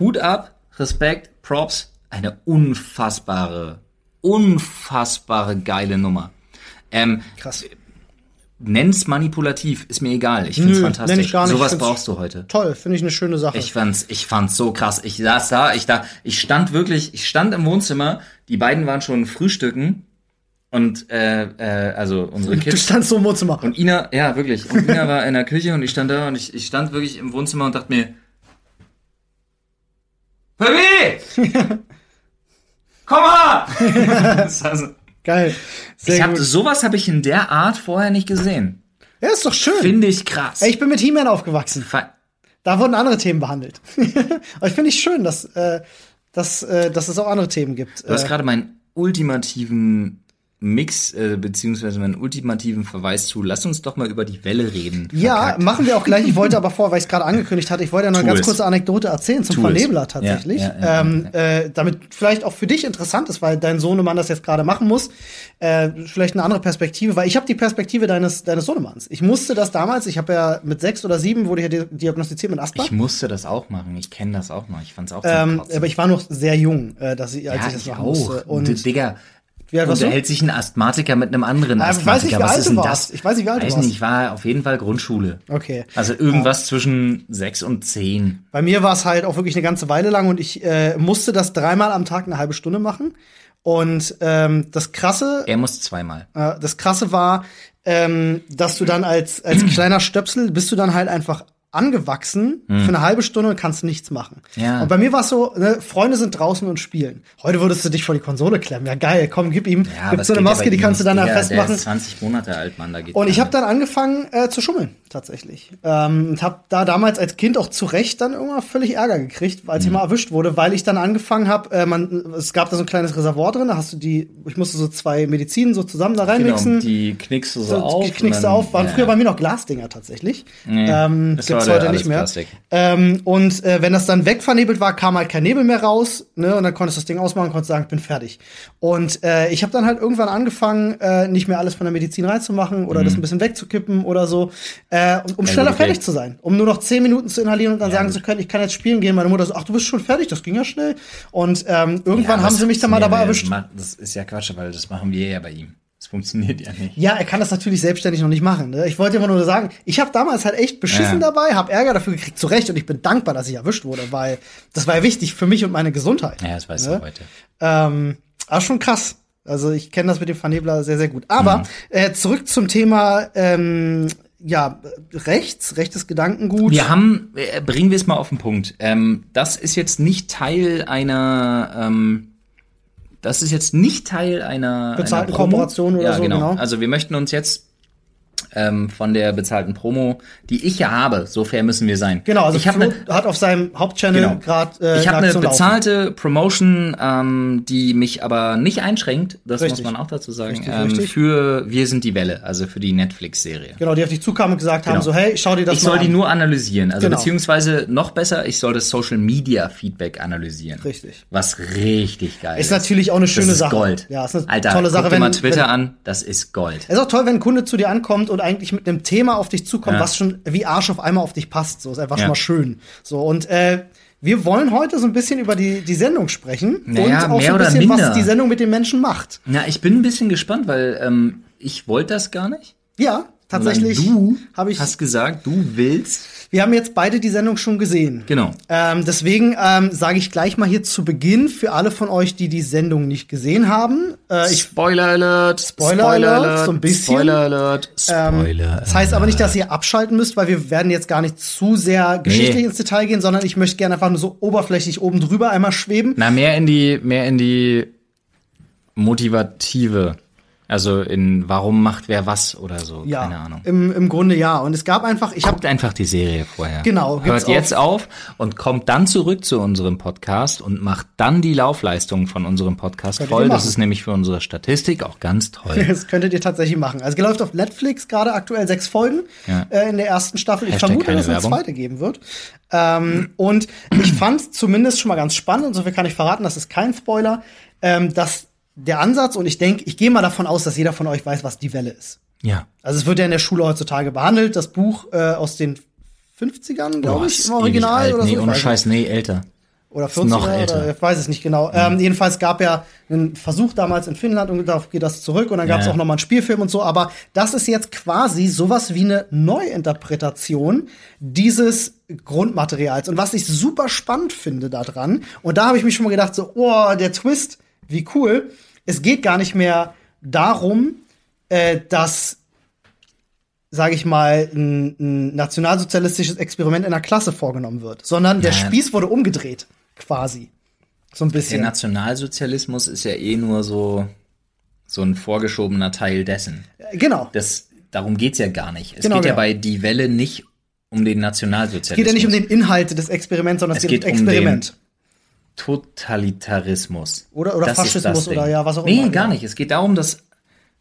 Speaker 2: Hut ab, Respekt, Props, eine unfassbare, unfassbare geile Nummer. Ähm,
Speaker 1: Krass.
Speaker 2: nenn's manipulativ, ist mir egal. Ich find's
Speaker 1: Nö,
Speaker 2: fantastisch.
Speaker 1: nenn ich gar nicht.
Speaker 2: Sowas
Speaker 1: Ich find's-
Speaker 2: brauchst du heute.
Speaker 1: Toll, finde ich eine schöne Sache.
Speaker 2: Ich fand's, ich fand's so krass. Ich saß da, ich da, ich stand wirklich, ich stand im Wohnzimmer. Die beiden waren schon frühstücken und äh, äh, also unsere
Speaker 1: du
Speaker 2: Kids.
Speaker 1: standst so im Wohnzimmer.
Speaker 2: Und Ina, ja wirklich. Und Ina war in der Küche und ich stand da und ich, ich stand wirklich im Wohnzimmer und dachte mir, Baby, komm mal! Das war so-
Speaker 1: Geil. Sehr
Speaker 2: ich hab,
Speaker 1: gut.
Speaker 2: sowas habe ich in der Art vorher nicht gesehen.
Speaker 1: Ja, ist doch schön.
Speaker 2: Finde ich krass.
Speaker 1: Ey, ich bin mit He-Man aufgewachsen.
Speaker 2: Fa-
Speaker 1: Da wurden andere Themen behandelt. Aber ich finde es schön, dass, äh, dass, äh, dass es auch andere Themen gibt.
Speaker 2: Du hast
Speaker 1: Äh,
Speaker 2: gerade meinen ultimativen Mix, äh, beziehungsweise meinen ultimativen Verweis zu, lass uns doch mal über die Welle reden.
Speaker 1: ja,
Speaker 2: Verkackt.
Speaker 1: machen wir auch gleich. Ich wollte aber vor, weil ich es gerade angekündigt hatte, ich wollte ja noch eine
Speaker 2: Tu
Speaker 1: ganz
Speaker 2: es.
Speaker 1: kurze Anekdote erzählen zum
Speaker 2: Tu es.
Speaker 1: Vernebler tatsächlich.
Speaker 2: Ja, ja, ja,
Speaker 1: ähm, Äh, damit vielleicht auch für dich interessant ist, weil dein Sohnemann das jetzt gerade machen muss. Äh, vielleicht eine andere Perspektive, weil ich habe die Perspektive deines, deines Sohnemanns. Ich musste das damals, ich habe ja mit sechs oder sieben wurde ich ja di- diagnostiziert mit Asthma.
Speaker 2: Ich musste das auch machen. Ich kenne das auch noch. Ich fand's auch zum
Speaker 1: ähm,
Speaker 2: Kotzen.
Speaker 1: aber ich war noch sehr jung, äh, dass ich, als
Speaker 2: ja,
Speaker 1: ich das
Speaker 2: ich
Speaker 1: machen
Speaker 2: auch.
Speaker 1: musste.
Speaker 2: Und
Speaker 1: Und
Speaker 2: Digga,
Speaker 1: wie alt warst du?
Speaker 2: unterhält sich ein Asthmatiker mit einem anderen
Speaker 1: Ah, ich weiß nicht,
Speaker 2: Asthmatiker.
Speaker 1: wie
Speaker 2: Was
Speaker 1: alt
Speaker 2: ist
Speaker 1: du
Speaker 2: denn
Speaker 1: warst.
Speaker 2: das?
Speaker 1: Ich weiß nicht, wie alt du
Speaker 2: Weiß
Speaker 1: warst.
Speaker 2: nicht, ich war auf jeden Fall Grundschule.
Speaker 1: Okay.
Speaker 2: Also irgendwas zwischen sechs und zehn.
Speaker 1: Bei mir war es halt auch wirklich eine ganze Weile lang und ich äh, musste das dreimal am Tag eine halbe Stunde machen. Und ähm, das krasse,
Speaker 2: Er muss zweimal.
Speaker 1: äh, das krasse war, ähm, dass du dann als als kleiner Stöpsel bist du dann halt einfach angewachsen für eine halbe Stunde und kannst nichts machen.
Speaker 2: Hm. Ja.
Speaker 1: Und bei mir war es so, ne, Freunde sind draußen und spielen. Heute würdest du dich vor die Konsole klemmen. Ja geil, komm, gib ihm.
Speaker 2: Ja, aber
Speaker 1: Gibt
Speaker 2: es
Speaker 1: so eine
Speaker 2: geht ja bei
Speaker 1: Maske, die
Speaker 2: ihm
Speaker 1: kannst du
Speaker 2: nicht.
Speaker 1: dann da
Speaker 2: Digga, Der
Speaker 1: festmachen.
Speaker 2: ist 20 Monate alt, Mann. Da geht
Speaker 1: Und ich
Speaker 2: gar
Speaker 1: habe dann angefangen äh, zu schummeln, tatsächlich. Ähm, und habe da damals als Kind auch zu Recht dann irgendwann völlig Ärger gekriegt,
Speaker 2: Hm.
Speaker 1: als ich mal erwischt wurde, weil ich dann angefangen habe, äh, man, es gab da so ein kleines Reservoir drin, da hast du die, ich musste so zwei Medizinen so zusammen da
Speaker 2: nichts.
Speaker 1: reinmixen.
Speaker 2: Genau, die knickst du so,
Speaker 1: so,
Speaker 2: auf. und
Speaker 1: knickst du
Speaker 2: dann-
Speaker 1: auf, waren
Speaker 2: Ja.
Speaker 1: früher bei mir noch Glasdinger tatsächlich. ähm,
Speaker 2: ist
Speaker 1: gibt's
Speaker 2: heute
Speaker 1: heute
Speaker 2: alles
Speaker 1: nicht mehr.
Speaker 2: Plastik.
Speaker 1: Ähm, und äh, wenn das dann wegvernebelt war, kam halt kein Nebel mehr raus, ne? Und dann konntest du das Ding ausmachen, konntest sagen, ich bin fertig. Und äh, ich habe dann halt irgendwann angefangen, äh, nicht mehr alles von der Medizin reinzumachen oder das ein bisschen wegzukippen oder so, äh, um, um
Speaker 2: Mhm. Ja,
Speaker 1: schneller
Speaker 2: gut, okay.
Speaker 1: fertig zu sein, um nur noch zehn Minuten zu inhalieren und dann sagen zu können, ich kann jetzt spielen gehen. Meine Mutter so, ach, du bist schon fertig, das ging ja schnell. Und ähm, irgendwann
Speaker 2: Ja,
Speaker 1: haben
Speaker 2: das
Speaker 1: sie mich dann mal dabei
Speaker 2: funktioniert-
Speaker 1: erwischt.
Speaker 2: ma- Das ist ja Quatsch, weil das machen wir ja bei ihm. Das funktioniert ja nicht.
Speaker 1: Ja, er kann das natürlich selbstständig noch nicht machen. Ne? Ich wollte immer nur sagen, ich habe damals halt echt beschissen
Speaker 2: Ja.
Speaker 1: dabei, habe Ärger dafür gekriegt, zu Recht. Und ich bin dankbar, dass ich erwischt wurde, weil das war ja wichtig für mich und meine Gesundheit.
Speaker 2: Ja, das weißt
Speaker 1: Ne?
Speaker 2: du heute.
Speaker 1: Ähm, aber schon krass. Also ich kenne das mit dem Vernebler sehr, sehr gut.
Speaker 2: Mhm.
Speaker 1: Aber äh, zurück zum Thema ähm, ja, rechts, rechtes Gedankengut.
Speaker 2: Wir haben, äh, bringen wir es mal auf den Punkt. Ähm, das ist jetzt nicht Teil einer, ähm, das ist jetzt nicht Teil einer
Speaker 1: Bezahlten
Speaker 2: einer Promo.
Speaker 1: Kooperation oder
Speaker 2: ja,
Speaker 1: so,
Speaker 2: Genau.
Speaker 1: genau.
Speaker 2: Also wir möchten uns jetzt ähm, von der bezahlten Promo, die ich ja habe. So fair müssen wir sein.
Speaker 1: Genau, also
Speaker 2: ich habe
Speaker 1: Flo hat auf seinem Hauptchannel
Speaker 2: Genau.
Speaker 1: gerade äh,
Speaker 2: ich habe eine
Speaker 1: Aktion laufen.
Speaker 2: bezahlte Promotion, ähm, die mich aber nicht einschränkt, das
Speaker 1: Richtig.
Speaker 2: muss man auch dazu sagen,
Speaker 1: Richtig,
Speaker 2: ähm,
Speaker 1: richtig.
Speaker 2: für Wir sind die Welle, also für die Netflix-Serie.
Speaker 1: Genau, die auf dich zukamen und gesagt haben,
Speaker 2: Genau.
Speaker 1: so hey, schau dir das
Speaker 2: Ich
Speaker 1: mal
Speaker 2: soll die
Speaker 1: an.
Speaker 2: nur analysieren, also
Speaker 1: Genau.
Speaker 2: beziehungsweise noch besser, ich soll das Social Media Feedback analysieren.
Speaker 1: Richtig.
Speaker 2: Was richtig geil
Speaker 1: ist natürlich auch eine schöne
Speaker 2: das ist
Speaker 1: Sache.
Speaker 2: Gold.
Speaker 1: Ja, ist eine
Speaker 2: Alter,
Speaker 1: tolle Sache,
Speaker 2: guck dir
Speaker 1: wenn
Speaker 2: mal Twitter
Speaker 1: wenn,
Speaker 2: an, das ist Gold.
Speaker 1: Es ist auch toll, wenn ein Kunde zu dir ankommt und eigentlich mit einem Thema auf dich zukommt,
Speaker 2: Ja.
Speaker 1: was schon wie Arsch auf einmal auf dich passt. So ist einfach schon
Speaker 2: Ja.
Speaker 1: mal schön. So und äh, wir wollen heute so ein bisschen über die, die Sendung sprechen
Speaker 2: Naja,
Speaker 1: und auch
Speaker 2: mehr
Speaker 1: so ein
Speaker 2: oder
Speaker 1: bisschen,
Speaker 2: minder.
Speaker 1: was die Sendung mit den Menschen macht.
Speaker 2: Na, ich bin ein bisschen gespannt, weil ähm, ich wollte das gar nicht.
Speaker 1: Ja,
Speaker 2: sondern
Speaker 1: tatsächlich
Speaker 2: Du
Speaker 1: habe ich.
Speaker 2: hast gesagt, du willst.
Speaker 1: Wir haben jetzt beide die Sendung schon gesehen.
Speaker 2: Genau.
Speaker 1: Ähm, deswegen ähm, sage ich gleich mal hier zu Beginn für alle von euch, die die Sendung nicht gesehen haben. Äh, ich
Speaker 2: Spoiler Alert.
Speaker 1: Spoiler Alert, so ein bisschen. Ähm,
Speaker 2: Spoiler Alert. Spoiler.
Speaker 1: Das heißt aber
Speaker 2: äh,
Speaker 1: nicht, dass ihr abschalten müsst, weil wir werden jetzt gar nicht zu sehr geschichtlich ins Detail gehen, sondern ich möchte gerne einfach nur so oberflächlich oben drüber einmal schweben.
Speaker 2: Na, mehr in die, mehr in die motivative. Also in warum macht wer was oder so.
Speaker 1: Ja,
Speaker 2: Keine Ahnung.
Speaker 1: Im, im Grunde ja. Und es gab einfach, ich habe
Speaker 2: Guckt einfach die Serie vorher.
Speaker 1: Genau, gibt's
Speaker 2: Hört jetzt auf und kommt dann zurück zu unserem Podcast und macht dann die Laufleistung von unserem Podcast
Speaker 1: Könnt ihr
Speaker 2: voll. Das
Speaker 1: machen.
Speaker 2: ist nämlich für unsere Statistik auch ganz toll.
Speaker 1: das könntet ihr tatsächlich machen. Also läuft auf Netflix gerade aktuell sechs Folgen
Speaker 2: Ja.
Speaker 1: äh, in der ersten Staffel. Ich
Speaker 2: Hashtag
Speaker 1: vermute,
Speaker 2: keine
Speaker 1: dass es eine
Speaker 2: Werbung.
Speaker 1: zweite geben wird. Ähm, und ich fand zumindest schon mal ganz spannend, und so viel kann ich verraten, das ist kein Spoiler, ähm, dass der Ansatz, und ich denke, ich gehe mal davon aus, dass jeder von euch weiß, was die Welle ist.
Speaker 2: ja.
Speaker 1: Also es wird ja in der Schule heutzutage behandelt, das Buch äh, aus den 50ern, glaube
Speaker 2: Boah,
Speaker 1: ich,
Speaker 2: ist
Speaker 1: im
Speaker 2: ewig
Speaker 1: Original
Speaker 2: alt.
Speaker 1: oder
Speaker 2: nee,
Speaker 1: so. ich
Speaker 2: Ohne
Speaker 1: weiß
Speaker 2: Scheiß, nee, älter.
Speaker 1: Oder 40er
Speaker 2: noch
Speaker 1: oder
Speaker 2: älter. Mhm.
Speaker 1: ich weiß es nicht genau. Ähm, jedenfalls gab ja einen Versuch damals in Finnland und darauf geht das zurück und dann gab es
Speaker 2: Ja.
Speaker 1: auch nochmal einen Spielfilm und so, aber das ist jetzt quasi sowas wie eine Neuinterpretation dieses Grundmaterials. Und was ich super spannend finde daran, und da habe ich mich schon mal gedacht, so, oh, der Twist, wie cool. Es geht gar nicht mehr darum, äh, dass sage ich mal, ein, ein nationalsozialistisches Experiment in der Klasse vorgenommen wird, sondern der
Speaker 2: Ja.
Speaker 1: Spieß wurde umgedreht, quasi. So ein
Speaker 2: Der
Speaker 1: bisschen.
Speaker 2: Nationalsozialismus ist ja eh nur so, so ein vorgeschobener Teil dessen.
Speaker 1: Äh, genau.
Speaker 2: Das, darum geht's ja gar nicht. Es
Speaker 1: Genau,
Speaker 2: geht ja
Speaker 1: genau.
Speaker 2: bei Die Welle nicht um den Nationalsozialismus.
Speaker 1: geht ja nicht um den Inhalt des Experiments, sondern es,
Speaker 2: Es
Speaker 1: geht um
Speaker 2: geht um den-
Speaker 1: Experiment.
Speaker 2: Totalitarismus.
Speaker 1: Oder- oder
Speaker 2: ist
Speaker 1: Faschismus
Speaker 2: das Ding.
Speaker 1: oder ja, was auch
Speaker 2: nee,
Speaker 1: immer, genau.
Speaker 2: Nee, gar
Speaker 1: ja.
Speaker 2: nicht. Es geht darum, dass.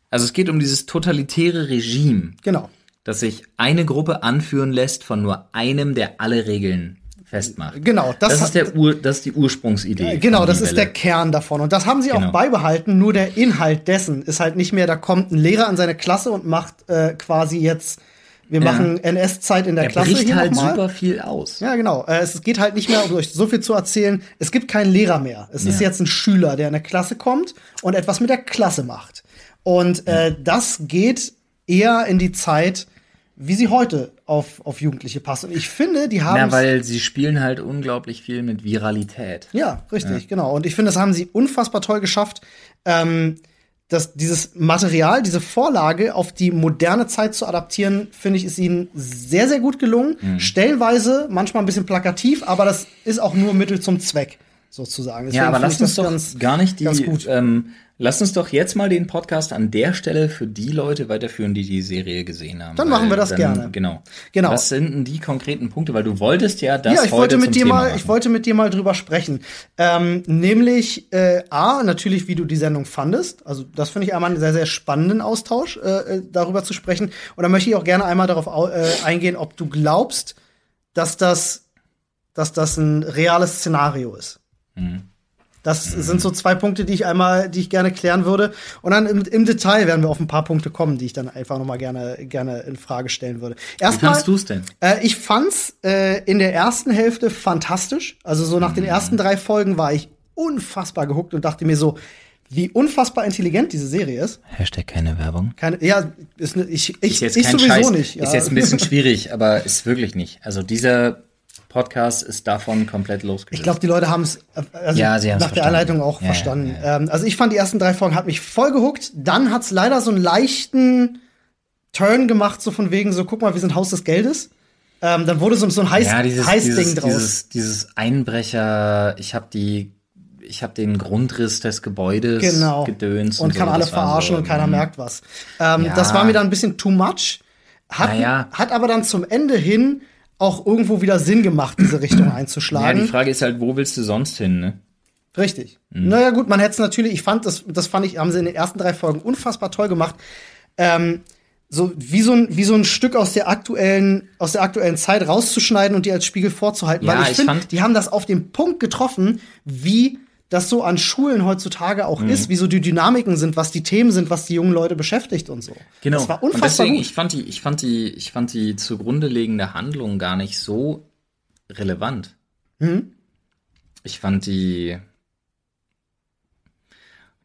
Speaker 2: Also es geht um dieses totalitäre Regime,
Speaker 1: genau.
Speaker 2: das sich eine Gruppe anführen lässt von nur einem, der alle Regeln festmacht.
Speaker 1: Genau, das
Speaker 2: Das,
Speaker 1: hat-
Speaker 2: ist, der Ur, das ist die Ursprungsidee.
Speaker 1: Äh, Genau,
Speaker 2: von
Speaker 1: das
Speaker 2: Die
Speaker 1: ist
Speaker 2: Welle.
Speaker 1: der Kern davon. Und das haben sie auch
Speaker 2: Genau.
Speaker 1: beibehalten, nur der Inhalt dessen ist halt nicht mehr, da kommt ein Lehrer an seine Klasse und macht äh, quasi jetzt, wir machen NS-Zeit in der
Speaker 2: Er
Speaker 1: Klasse.
Speaker 2: bricht
Speaker 1: hier
Speaker 2: halt
Speaker 1: nochmal.
Speaker 2: super viel aus.
Speaker 1: Ja, genau. Äh, Es geht halt nicht mehr, um euch so viel zu erzählen, es gibt keinen Lehrer mehr. Es ist
Speaker 2: Ja.
Speaker 1: jetzt ein Schüler, der in eine Klasse kommt und etwas mit der Klasse macht. Und äh, das geht eher in die Zeit, wie sie heute auf, auf Jugendliche passt. Und ich finde, die haben.
Speaker 2: Na, weil sie spielen halt unglaublich viel mit Viralität.
Speaker 1: Ja, richtig, genau. Und ich finde, das haben sie unfassbar toll geschafft, ähm, dass dieses Material, diese Vorlage auf die moderne Zeit zu adaptieren, finde ich, ist ihnen sehr, sehr gut gelungen.
Speaker 2: Mhm.
Speaker 1: Stellenweise, manchmal ein bisschen plakativ, aber das ist auch nur Mittel zum Zweck, sozusagen. Deswegen
Speaker 2: ja, aber
Speaker 1: finde
Speaker 2: lass
Speaker 1: ich
Speaker 2: uns doch
Speaker 1: ganz-
Speaker 2: gar nicht die.
Speaker 1: ganz gut.
Speaker 2: Ähm, lass uns doch jetzt mal den Podcast an der Stelle für die Leute weiterführen, die die Serie gesehen haben.
Speaker 1: Dann
Speaker 2: Weil
Speaker 1: machen wir das gerne.
Speaker 2: Genau.
Speaker 1: Genau.
Speaker 2: Was sind denn die konkreten Punkte? Weil du wolltest ja das
Speaker 1: ja, ich
Speaker 2: heute
Speaker 1: wollte
Speaker 2: zum
Speaker 1: mit dir
Speaker 2: Thema
Speaker 1: mal,
Speaker 2: machen.
Speaker 1: ich wollte mit dir mal drüber sprechen. Ähm, nämlich äh, a natürlich, wie du die Sendung fandest. Also das finde ich einmal einen sehr sehr spannenden Austausch, äh, äh, darüber zu sprechen. Und dann möchte ich auch gerne einmal darauf au- äh, eingehen, ob du glaubst, dass das, dass das ein reales Szenario ist.
Speaker 2: Mhm.
Speaker 1: Das sind so zwei Punkte, die ich einmal, die ich gerne klären würde. Und dann im, im Detail werden wir auf ein paar Punkte kommen, die ich dann einfach noch mal gerne, gerne in Frage stellen würde.
Speaker 2: Wie
Speaker 1: Erstmal,
Speaker 2: kannst du es denn?
Speaker 1: äh, ich fand's äh, in der ersten Hälfte fantastisch. Also so nach den
Speaker 2: Mhm.
Speaker 1: ersten drei Folgen war ich unfassbar gehuckt und dachte mir so, wie unfassbar intelligent diese Serie ist.
Speaker 2: Hashtag keine Werbung.
Speaker 1: Keine, ja, ist ne, ich, ich,
Speaker 2: Ist jetzt
Speaker 1: ich
Speaker 2: kein
Speaker 1: sowieso
Speaker 2: Scheiß.
Speaker 1: nicht. Ja.
Speaker 2: Ist jetzt ein bisschen schwierig, aber ist wirklich nicht. Also dieser Podcast ist davon komplett losgelöst.
Speaker 1: ich glaube, die Leute haben es also
Speaker 2: Ja, sie haben's
Speaker 1: nach der
Speaker 2: verstanden.
Speaker 1: Anleitung auch
Speaker 2: Ja, ja,
Speaker 1: verstanden. Ähm, also ich fand die ersten drei Folgen hat mich voll gehuckt. Dann hat's leider so einen leichten Turn gemacht, so von wegen so, guck mal, wir sind Haus des Geldes. Ähm, dann wurde so, so ein heiß,
Speaker 2: ja, dieses,
Speaker 1: heiß
Speaker 2: dieses,
Speaker 1: Ding draus.
Speaker 2: Dieses, dieses Einbrecher, ich habe die, ich habe den Grundriss des Gebäudes
Speaker 1: genau.
Speaker 2: gedöns.
Speaker 1: und, kann
Speaker 2: so.
Speaker 1: alle
Speaker 2: Das war
Speaker 1: verarschen
Speaker 2: so,
Speaker 1: und keiner
Speaker 2: mm.
Speaker 1: merkt was. Ähm,
Speaker 2: Ja.
Speaker 1: Das war mir dann ein bisschen too much. Hat,
Speaker 2: Naja.
Speaker 1: hat aber dann zum Ende hin auch irgendwo wieder Sinn gemacht, diese Richtung
Speaker 2: Ja,
Speaker 1: einzuschlagen.
Speaker 2: die Frage ist halt, wo willst du sonst hin, ne?
Speaker 1: Richtig.
Speaker 2: Mhm.
Speaker 1: Naja, gut, man hätte es natürlich, ich fand, das, das fand ich, haben sie in den ersten drei Folgen unfassbar toll gemacht. Ähm, so wie so ein wie so ein Stück aus der aktuellen aus der aktuellen Zeit rauszuschneiden und die als Spiegel vorzuhalten,
Speaker 2: Ja,
Speaker 1: weil ich,
Speaker 2: ich
Speaker 1: finde,
Speaker 2: fand-
Speaker 1: die haben das auf den Punkt getroffen, wie das so an Schulen heutzutage
Speaker 2: Mhm.
Speaker 1: auch ist, wie so die Dynamiken sind, was die Themen sind, was die jungen Leute beschäftigt und so.
Speaker 2: Genau.
Speaker 1: Das war
Speaker 2: und
Speaker 1: unfassbar
Speaker 2: deswegen,
Speaker 1: gut.
Speaker 2: ich fand die, ich fand die, ich fand die zugrunde liegende Handlung gar nicht so relevant.
Speaker 1: Hm?
Speaker 2: Ich fand die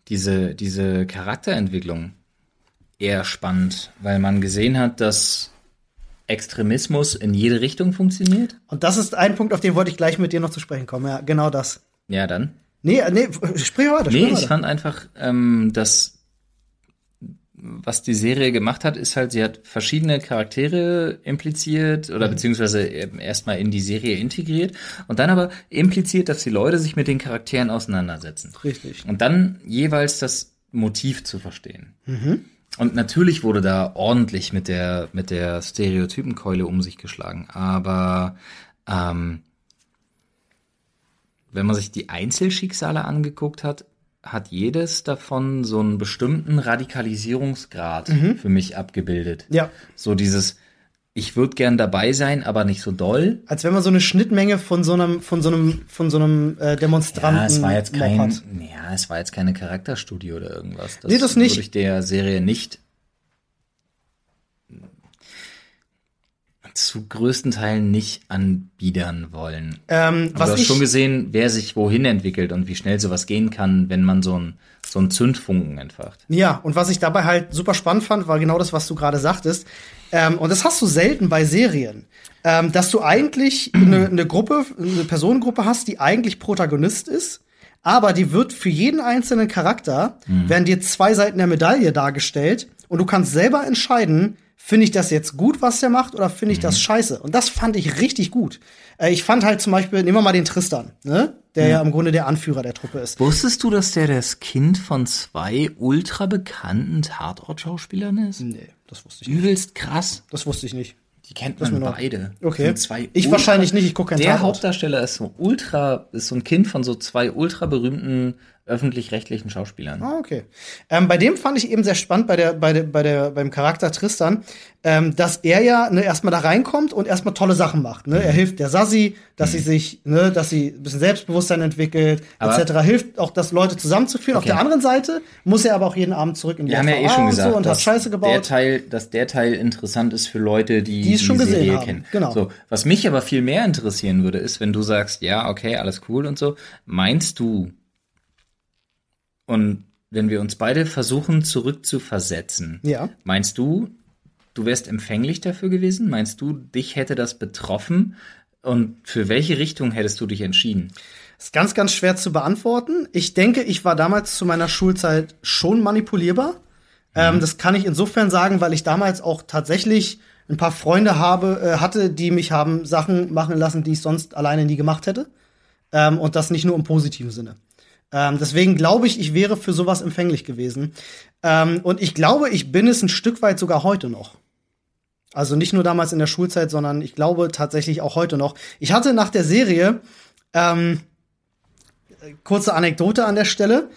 Speaker 2: diese diese Charakterentwicklung eher spannend, weil man gesehen hat, dass Extremismus in jede Richtung funktioniert.
Speaker 1: Und das ist ein Punkt, auf den wollte ich gleich mit dir noch zu sprechen kommen. Ja, genau das.
Speaker 2: Ja, dann.
Speaker 1: Nee, äh, nee, sprich weiter. Sprich
Speaker 2: Nee, ich
Speaker 1: weiter.
Speaker 2: fand einfach, ähm, dass was die Serie gemacht hat, ist halt, sie hat verschiedene Charaktere impliziert oder beziehungsweise eben erstmal in die Serie integriert und dann aber impliziert, dass die Leute sich mit den Charakteren auseinandersetzen.
Speaker 1: Richtig.
Speaker 2: Und dann jeweils das Motiv zu verstehen. Und natürlich wurde da ordentlich mit der, mit der Stereotypenkeule um sich geschlagen, aber ähm, wenn man sich die Einzelschicksale angeguckt hat, hat jedes davon so einen bestimmten Radikalisierungsgrad für mich abgebildet.
Speaker 1: Ja.
Speaker 2: So dieses, ich würde gern dabei sein, aber nicht so doll.
Speaker 1: als wenn man so eine Schnittmenge von so einem von so einem von so einem äh, Demonstranten
Speaker 2: Ja, es war jetzt kein,
Speaker 1: Mob hat.
Speaker 2: ja, es war jetzt keine Charakterstudie oder irgendwas.
Speaker 1: Nee, das nicht.
Speaker 2: Würde ich der Serie nicht zu größten Teilen nicht anbiedern wollen.
Speaker 1: Ähm,
Speaker 2: Aber du
Speaker 1: was
Speaker 2: hast
Speaker 1: ich
Speaker 2: schon gesehen, wer sich wohin entwickelt und wie schnell sowas gehen kann, wenn man so einen so einen Zündfunken entfacht.
Speaker 1: ja und was ich dabei halt super spannend fand, war genau das, was du gerade sagtest. Ähm, und das hast du selten bei Serien, ähm, dass du eigentlich eine, eine Gruppe, eine Personengruppe hast, die eigentlich Protagonist ist, aber die wird für jeden einzelnen Charakter werden dir zwei Seiten der Medaille dargestellt und du kannst selber entscheiden, Finde ich das jetzt gut, was der macht, oder finde ich das scheiße? Und das fand ich richtig gut. Äh, ich fand halt zum Beispiel, nehmen wir mal den Tristan, ne? der ja im Grunde der Anführer der Truppe ist.
Speaker 2: Wusstest du, dass der das Kind von zwei ultra bekannten Tatort-Schauspielern ist?
Speaker 1: Nee, das wusste ich nicht.
Speaker 2: Übelst krass.
Speaker 1: Das wusste ich nicht.
Speaker 2: Die kennt
Speaker 1: mir
Speaker 2: man
Speaker 1: neu.
Speaker 2: beide.
Speaker 1: Okay.
Speaker 2: Sind Zwei
Speaker 1: Ich
Speaker 2: ultra-
Speaker 1: wahrscheinlich nicht, ich guck keinen
Speaker 2: Der
Speaker 1: Tatort.
Speaker 2: Hauptdarsteller ist so ultra, ist so ein Kind von so zwei ultra berühmten öffentlich-rechtlichen Schauspielern.
Speaker 1: Ah, okay. Ähm, bei dem fand ich eben sehr spannend bei der, bei der, bei der, beim Charakter Tristan, ähm, dass er ja ne, erstmal da reinkommt und erstmal tolle Sachen macht. Ne? Er
Speaker 2: Mhm.
Speaker 1: hilft der Sassi, dass sie sich, ne, dass sie ein bisschen Selbstbewusstsein entwickelt,
Speaker 2: Aber-
Speaker 1: etc. Hilft auch, dass Leute zusammenzuführen. Auf
Speaker 2: Okay.
Speaker 1: der anderen Seite muss er aber auch jeden Abend zurück in die
Speaker 2: Wir haben ja eh
Speaker 1: FVA
Speaker 2: schon
Speaker 1: und
Speaker 2: gesagt,
Speaker 1: ah, so und hat
Speaker 2: dass,
Speaker 1: Scheiße
Speaker 2: Der
Speaker 1: gebaut.
Speaker 2: Teil, dass der Teil interessant ist für Leute, die
Speaker 1: Die es schon gesehen
Speaker 2: Serie
Speaker 1: haben,
Speaker 2: kennen.
Speaker 1: genau.
Speaker 2: So, was mich aber viel mehr interessieren würde, ist, wenn du sagst, ja, okay, alles cool und so, meinst du, und wenn wir uns beide versuchen, zurückzuversetzen,
Speaker 1: Ja.
Speaker 2: meinst du, du wärst empfänglich dafür gewesen? Meinst du, dich hätte das betroffen? Und für welche Richtung hättest du dich entschieden?
Speaker 1: Ist ganz, ganz schwer zu beantworten. Ich denke, ich war damals zu meiner Schulzeit schon manipulierbar. Ähm, das kann ich insofern sagen, weil ich damals auch tatsächlich ein paar Freunde habe, äh, hatte, die mich haben Sachen machen lassen, die ich sonst alleine nie gemacht hätte. Ähm, und das nicht nur im positiven Sinne. Ähm, deswegen glaube ich, ich wäre für sowas empfänglich gewesen. Ähm, und ich glaube, ich bin es ein Stück weit sogar heute noch. Also nicht nur damals in der Schulzeit, sondern ich glaube tatsächlich auch heute noch. Ich hatte nach der Serie, ähm, kurze Anekdote an der Stelle.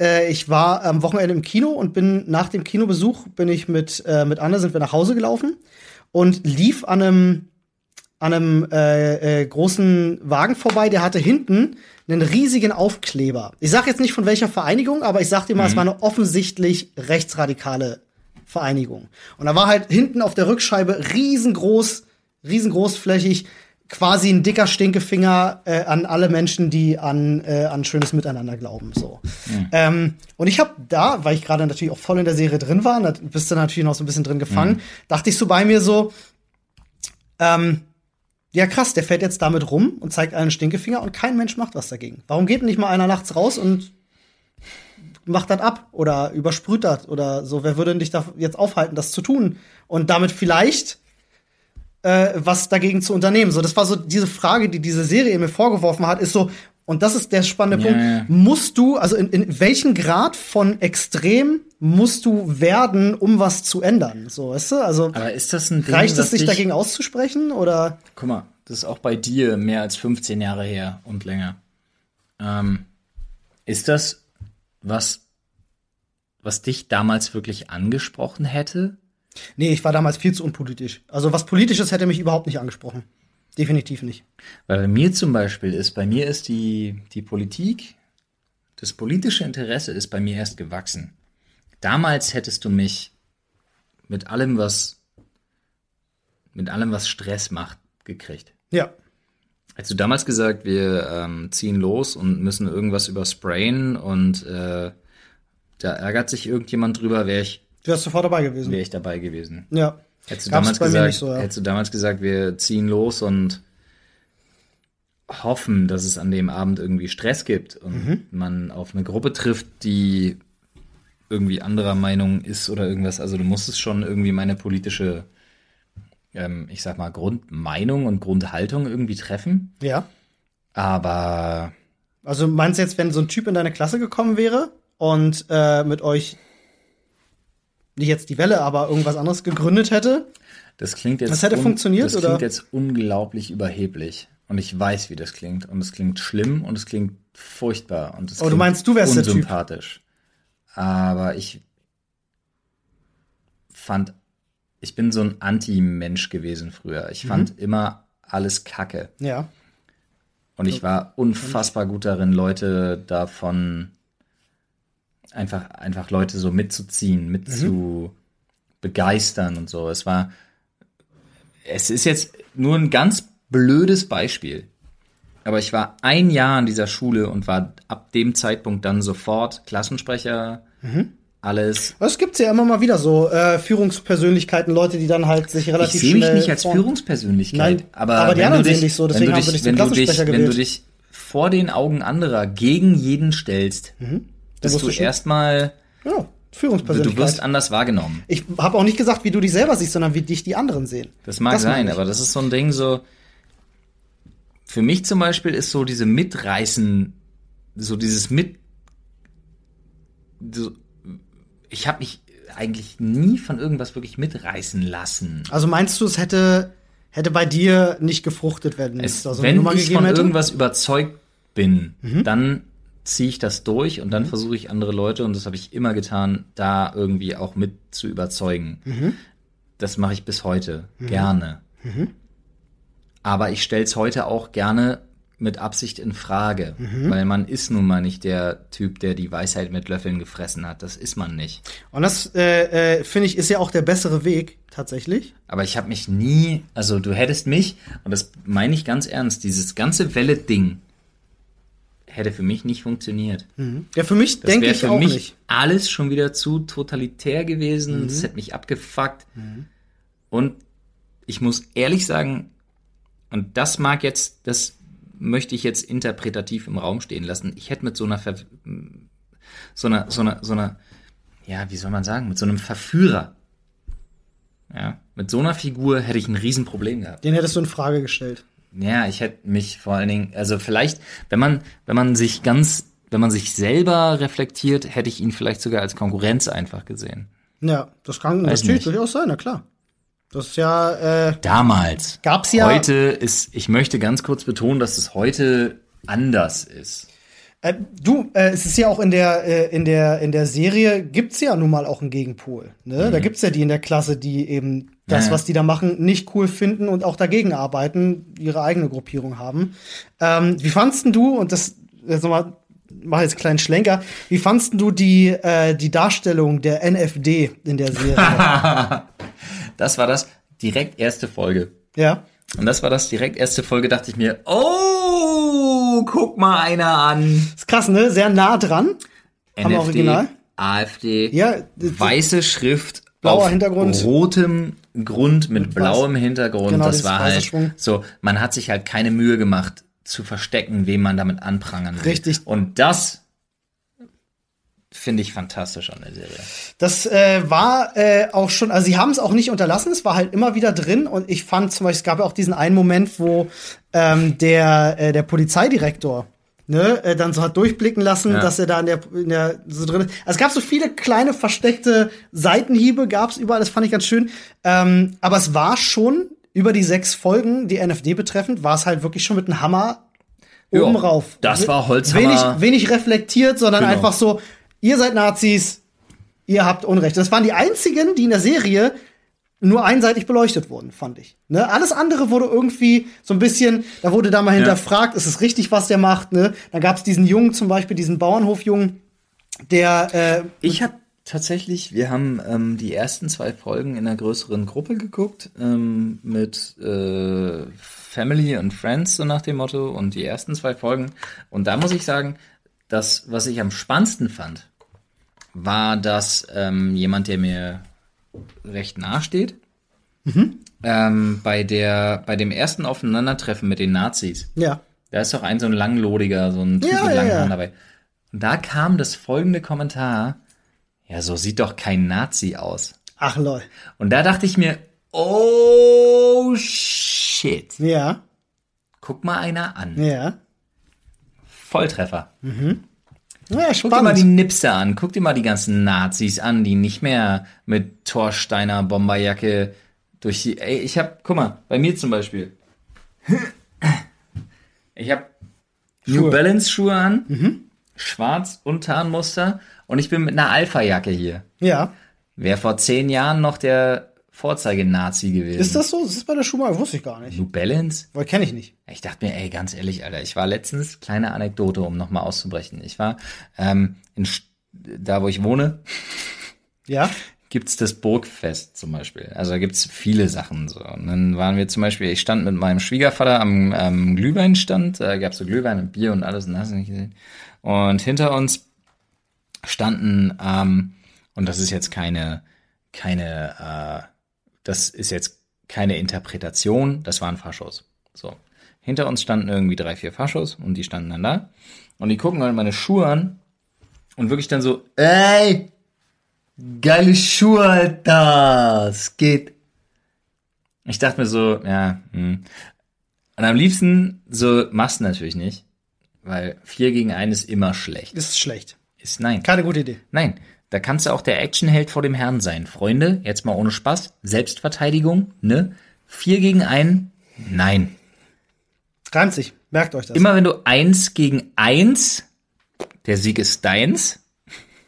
Speaker 1: Äh, ich war am Wochenende im Kino und bin nach dem Kinobesuch bin ich mit, äh, mit Anne sind wir nach Hause gelaufen und lief an einem an einem äh, äh, großen Wagen vorbei, der hatte hinten einen riesigen Aufkleber. Ich sag jetzt nicht von welcher Vereinigung, aber ich sag dir mal, es war eine offensichtlich rechtsradikale Vereinigung. Und da war halt hinten auf der Rückscheibe riesengroß, riesengroßflächig quasi ein dicker Stinkefinger äh, an alle Menschen, die an äh, an schönes Miteinander glauben. So. Ähm, und ich habe da, weil ich gerade natürlich auch voll in der Serie drin war, und da bist du natürlich noch so ein bisschen drin gefangen, dachte ich so bei mir so, ähm, ja krass, der fährt jetzt damit rum und zeigt allen Stinkefinger und kein Mensch macht was dagegen. Warum geht denn nicht mal einer nachts raus und macht das ab oder übersprüht das oder so? Wer würde denn dich da jetzt aufhalten, das zu tun und damit vielleicht äh, was dagegen zu unternehmen? So, das war so diese Frage, die diese Serie mir vorgeworfen hat, ist so, Und das ist der spannende
Speaker 2: Ja,
Speaker 1: Punkt.
Speaker 2: ja.
Speaker 1: Musst du, also in, in welchen Grad von extrem musst du werden, um was zu ändern? So, weißt du? Also
Speaker 2: Aber ist das ein Ding,
Speaker 1: reicht
Speaker 2: das
Speaker 1: es, sich
Speaker 2: dich-
Speaker 1: dagegen auszusprechen? Oder
Speaker 2: Guck mal, das ist auch bei dir mehr als 15 Jahre her und länger. Ähm, ist das was, was dich damals wirklich angesprochen hätte?
Speaker 1: Nee, ich war damals viel zu unpolitisch. Also was Politisches hätte mich überhaupt nicht angesprochen. Definitiv nicht.
Speaker 2: Weil bei mir zum Beispiel ist, bei mir ist die, die Politik, das politische Interesse ist bei mir erst gewachsen. Damals hättest du mich mit allem, was, mit allem, was Stress macht, gekriegt.
Speaker 1: Ja.
Speaker 2: Hättest du damals gesagt, wir ähm, ziehen los und müssen irgendwas übersprayen und äh, da ärgert sich irgendjemand drüber, wäre ich,
Speaker 1: Du wärst sofort dabei gewesen.
Speaker 2: wär ich dabei gewesen.
Speaker 1: Ja.
Speaker 2: Hättest du,
Speaker 1: Gab's
Speaker 2: damals
Speaker 1: bei mir
Speaker 2: gesagt,
Speaker 1: nicht so, ja.
Speaker 2: hättest du damals gesagt, wir ziehen los und hoffen, dass es an dem Abend irgendwie Stress gibt und
Speaker 1: Mhm.
Speaker 2: man auf eine Gruppe trifft, die irgendwie anderer Meinung ist oder irgendwas. Also du musstest schon irgendwie meine politische, ähm, ich sag mal, Grundmeinung und Grundhaltung irgendwie treffen.
Speaker 1: Ja.
Speaker 2: Aber
Speaker 1: Also meinst du jetzt, wenn so ein Typ in deine Klasse gekommen wäre und äh, mit euch nicht jetzt die Welle, aber irgendwas anderes gegründet hätte?
Speaker 2: das klingt jetzt.
Speaker 1: Das hätte
Speaker 2: un-
Speaker 1: funktioniert,
Speaker 2: das
Speaker 1: oder?
Speaker 2: klingt jetzt unglaublich überheblich. Und ich weiß, wie das klingt. Und es klingt schlimm und es klingt furchtbar. Und es
Speaker 1: Aber Oh, du
Speaker 2: klingt
Speaker 1: meinst, du wärst der Typ.
Speaker 2: unsympathisch. Aber ich fand, ich bin so ein Anti-Mensch gewesen früher. Ich fand
Speaker 1: Mhm.
Speaker 2: immer alles Kacke.
Speaker 1: Ja.
Speaker 2: Und ich war unfassbar gut darin, Leute davon einfach, einfach Leute so mitzuziehen,
Speaker 1: Mhm.
Speaker 2: mit zu begeistern und so. Es war, es ist jetzt nur ein ganz blödes Beispiel. Aber ich war ein Jahr an dieser Schule und war ab dem Zeitpunkt dann sofort Klassensprecher,
Speaker 1: Mhm.
Speaker 2: alles.
Speaker 1: Aber Es gibt's ja immer mal wieder so äh, Führungspersönlichkeiten, Leute, die dann halt sich relativ
Speaker 2: ich sehe mich
Speaker 1: schnell
Speaker 2: nicht als
Speaker 1: vorn-
Speaker 2: Führungspersönlichkeit.
Speaker 1: Nein,
Speaker 2: aber,
Speaker 1: aber die
Speaker 2: wenn
Speaker 1: anderen
Speaker 2: du dich,
Speaker 1: sehen dich so,
Speaker 2: wenn du
Speaker 1: deswegen haben sie dich zum
Speaker 2: wenn du dich,
Speaker 1: Klassensprecher
Speaker 2: Wenn du
Speaker 1: gewählt.
Speaker 2: dich vor den Augen anderer gegen jeden stellst, bist
Speaker 1: wirst
Speaker 2: du
Speaker 1: du schon-
Speaker 2: erstmal,
Speaker 1: Ja,
Speaker 2: du, du
Speaker 1: Führungspersönlichkeit.
Speaker 2: wirst anders wahrgenommen.
Speaker 1: ich habe auch nicht gesagt, wie du dich selber siehst, sondern wie dich die anderen sehen.
Speaker 2: Das mag
Speaker 1: meine
Speaker 2: sein,
Speaker 1: ich.
Speaker 2: aber das ist so ein Ding, so für mich zum Beispiel ist so diese Mitreißen, so dieses Mit. So, ich habe mich eigentlich nie von irgendwas wirklich mitreißen lassen.
Speaker 1: Also meinst du, es hätte, hätte bei dir nicht gefruchtet werden
Speaker 2: Es,
Speaker 1: müssen? Also
Speaker 2: wenn
Speaker 1: Nummer
Speaker 2: ich
Speaker 1: gegeben
Speaker 2: von
Speaker 1: hätte? Mhm.
Speaker 2: irgendwas überzeugt bin, dann ziehe ich das durch und dann versuche ich andere Leute, und das habe ich immer getan, da irgendwie auch mit zu überzeugen.
Speaker 1: Mhm.
Speaker 2: Das mache ich bis heute gerne. Aber ich stelle es heute auch gerne mit Absicht in Frage,
Speaker 1: Mhm.
Speaker 2: weil man ist nun mal nicht der Typ, der die Weisheit mit Löffeln gefressen hat. Das ist man nicht.
Speaker 1: Und das, äh, äh, finde ich, ist ja auch der bessere Weg, tatsächlich.
Speaker 2: Aber ich habe mich nie, also du hättest mich, und das meine ich ganz ernst, dieses ganze Welle-Ding hätte für mich nicht funktioniert.
Speaker 1: Ja, für mich
Speaker 2: Mhm. Das
Speaker 1: denke
Speaker 2: wäre
Speaker 1: ich
Speaker 2: für
Speaker 1: auch
Speaker 2: mich
Speaker 1: nicht. Mhm.
Speaker 2: alles schon wieder zu totalitär gewesen. Das hätte mich abgefuckt. Und ich muss ehrlich sagen, und das mag jetzt, das möchte ich jetzt interpretativ im Raum stehen lassen. Ich hätte mit so einer, Ver so einer, so einer, so einer, ja, wie soll man sagen, mit so einem Verführer, ja, mit so einer Figur hätte ich ein Riesenproblem gehabt.
Speaker 1: Den hättest du in Frage gestellt.
Speaker 2: Ja, ich hätte mich vor allen Dingen, also vielleicht, wenn man, wenn man sich ganz, wenn man sich selber reflektiert, hätte ich ihn vielleicht sogar als Konkurrenz einfach gesehen.
Speaker 1: Ja, das kann natürlich
Speaker 2: nicht.
Speaker 1: durchaus sein, na klar. Das ist ja, äh,
Speaker 2: Damals.
Speaker 1: Gab's ja-
Speaker 2: Heute ist, ich möchte ganz kurz betonen, dass es heute anders ist.
Speaker 1: äh du, äh, es ist ja auch in der, äh, in der, in der Serie gibt's ja nun mal auch einen Gegenpol. Ne? Da gibt's ja die in der Klasse, die eben das,
Speaker 2: Ja.
Speaker 1: was die da machen, nicht cool finden und auch dagegen arbeiten, ihre eigene Gruppierung haben. Ähm, wie fandst denn du, und das, jetzt nochmal, mach jetzt einen kleinen Schlenker, wie fandst denn du die, äh, die Darstellung der NFD in der Serie?
Speaker 2: Das war das direkt erste Folge.
Speaker 1: ja.
Speaker 2: Und das war das direkt erste Folge, dachte ich mir, oh, guck mal einer an.
Speaker 1: Ist krass, ne? Sehr nah dran. Am Original?
Speaker 2: AfD,
Speaker 1: Ja, d- d-
Speaker 2: weiße Schrift,
Speaker 1: Blauer
Speaker 2: auf
Speaker 1: Hintergrund.
Speaker 2: rotem Grund mit,
Speaker 1: Mit
Speaker 2: blauem Hintergrund.
Speaker 1: Genau,
Speaker 2: das
Speaker 1: dieses
Speaker 2: war
Speaker 1: weiße
Speaker 2: halt
Speaker 1: Schwung.
Speaker 2: so. Man hat sich halt keine Mühe gemacht zu verstecken, wen man damit anprangern will.
Speaker 1: Richtig.
Speaker 2: Und das finde ich fantastisch an der Serie.
Speaker 1: Das äh, war äh, auch schon, also sie haben es auch nicht unterlassen, es war halt immer wieder drin und ich fand zum Beispiel, es gab ja auch diesen einen Moment, wo ähm, der, äh, der Polizeidirektor ne, äh, dann so hat durchblicken lassen,
Speaker 2: Ja.
Speaker 1: dass er da in der, in der so drin ist. Also es gab so viele kleine versteckte Seitenhiebe, gab's überall, das fand ich ganz schön. Ähm, aber es war schon über die sechs Folgen, die NFD betreffend, war es halt wirklich schon mit einem Hammer
Speaker 2: Ja,
Speaker 1: oben rauf.
Speaker 2: das war Holzhammer.
Speaker 1: Wenig, wenig reflektiert, sondern
Speaker 2: Genau.
Speaker 1: einfach so, ihr seid Nazis, ihr habt Unrecht. Das waren die einzigen, die in der Serie nur einseitig beleuchtet wurden, fand ich. Ne? Alles andere wurde irgendwie so ein bisschen, da wurde da mal hinterfragt, ist es richtig, was der macht, ne? Da gab es diesen Jungen zum Beispiel, diesen Bauernhofjungen, der äh,
Speaker 2: Ich habe tatsächlich, wir haben ähm, die ersten zwei Folgen in einer größeren Gruppe geguckt, ähm, mit äh, Family und Friends, so nach dem Motto, und die ersten zwei Folgen. Und da muss ich sagen, das, was ich am spannendsten fand, war, dass ähm, jemand, der mir recht nahe steht, ähm, bei, der, bei dem ersten Aufeinandertreffen mit den Nazis,
Speaker 1: ja,
Speaker 2: da ist doch ein so ein langlodiger, so ein Typ
Speaker 1: Ja,
Speaker 2: mit langen
Speaker 1: ja, ja.
Speaker 2: Haaren dabei. Und da kam das folgende Kommentar: Ja, so sieht doch kein Nazi aus.
Speaker 1: ach lol,
Speaker 2: Und da dachte ich mir: Oh shit.
Speaker 1: ja,
Speaker 2: Guck mal einer an.
Speaker 1: ja.
Speaker 2: Volltreffer.
Speaker 1: Ja,
Speaker 2: Guck dir mal die
Speaker 1: spannend.
Speaker 2: Nipse an. Guck dir mal die ganzen Nazis an, die nicht mehr mit Torsteiner Bomberjacke durch die. Ey, ich hab, guck mal, bei mir zum Beispiel. Ich hab New
Speaker 1: Schuhe.
Speaker 2: Balance Schuhe an,
Speaker 1: Mhm.
Speaker 2: schwarz und Tarnmuster und ich bin mit einer Alpha-Jacke hier.
Speaker 1: Ja,
Speaker 2: Wäre vor zehn Jahren noch der Vorzeige-Nazi gewesen.
Speaker 1: ist das so? Ist das bei der Schumacher? Wusste ich gar nicht.
Speaker 2: New Balance?
Speaker 1: Weil kenne ich nicht.
Speaker 2: Ich dachte mir, ey, ganz ehrlich, Alter, ich war letztens, kleine Anekdote, um nochmal auszubrechen. Ich war ähm, in, St- da, wo ich wohne,
Speaker 1: Ja,
Speaker 2: gibt's das Burgfest zum Beispiel. Also da gibt's viele Sachen so. Und dann waren wir zum Beispiel, ich stand mit meinem Schwiegervater am ähm, Glühweinstand, da gab's so Glühwein und Bier und alles und hast du nicht gesehen. Und hinter uns standen, ähm, und das ist jetzt keine, keine, äh, das ist jetzt keine Interpretation, das waren Faschos. So. Hinter uns standen irgendwie drei, vier Faschos und die standen dann da. Und die gucken halt meine Schuhe an und wirklich dann so, ey, Geile Schuhe, Alter. Es geht. Ich dachte mir so, ja. Hm. Und am liebsten, so machst du natürlich nicht. Weil 4 gegen 1 ist immer schlecht.
Speaker 1: ist schlecht.
Speaker 2: Ist nein.
Speaker 1: Keine gute Idee.
Speaker 2: Nein. Da kannst du auch der Actionheld vor dem Herrn sein. Freunde, jetzt mal ohne Spaß. Selbstverteidigung, ne? 4 gegen 1, nein.
Speaker 1: Reimt sich. Merkt euch das.
Speaker 2: Immer wenn du 1 gegen 1, der Sieg ist deins.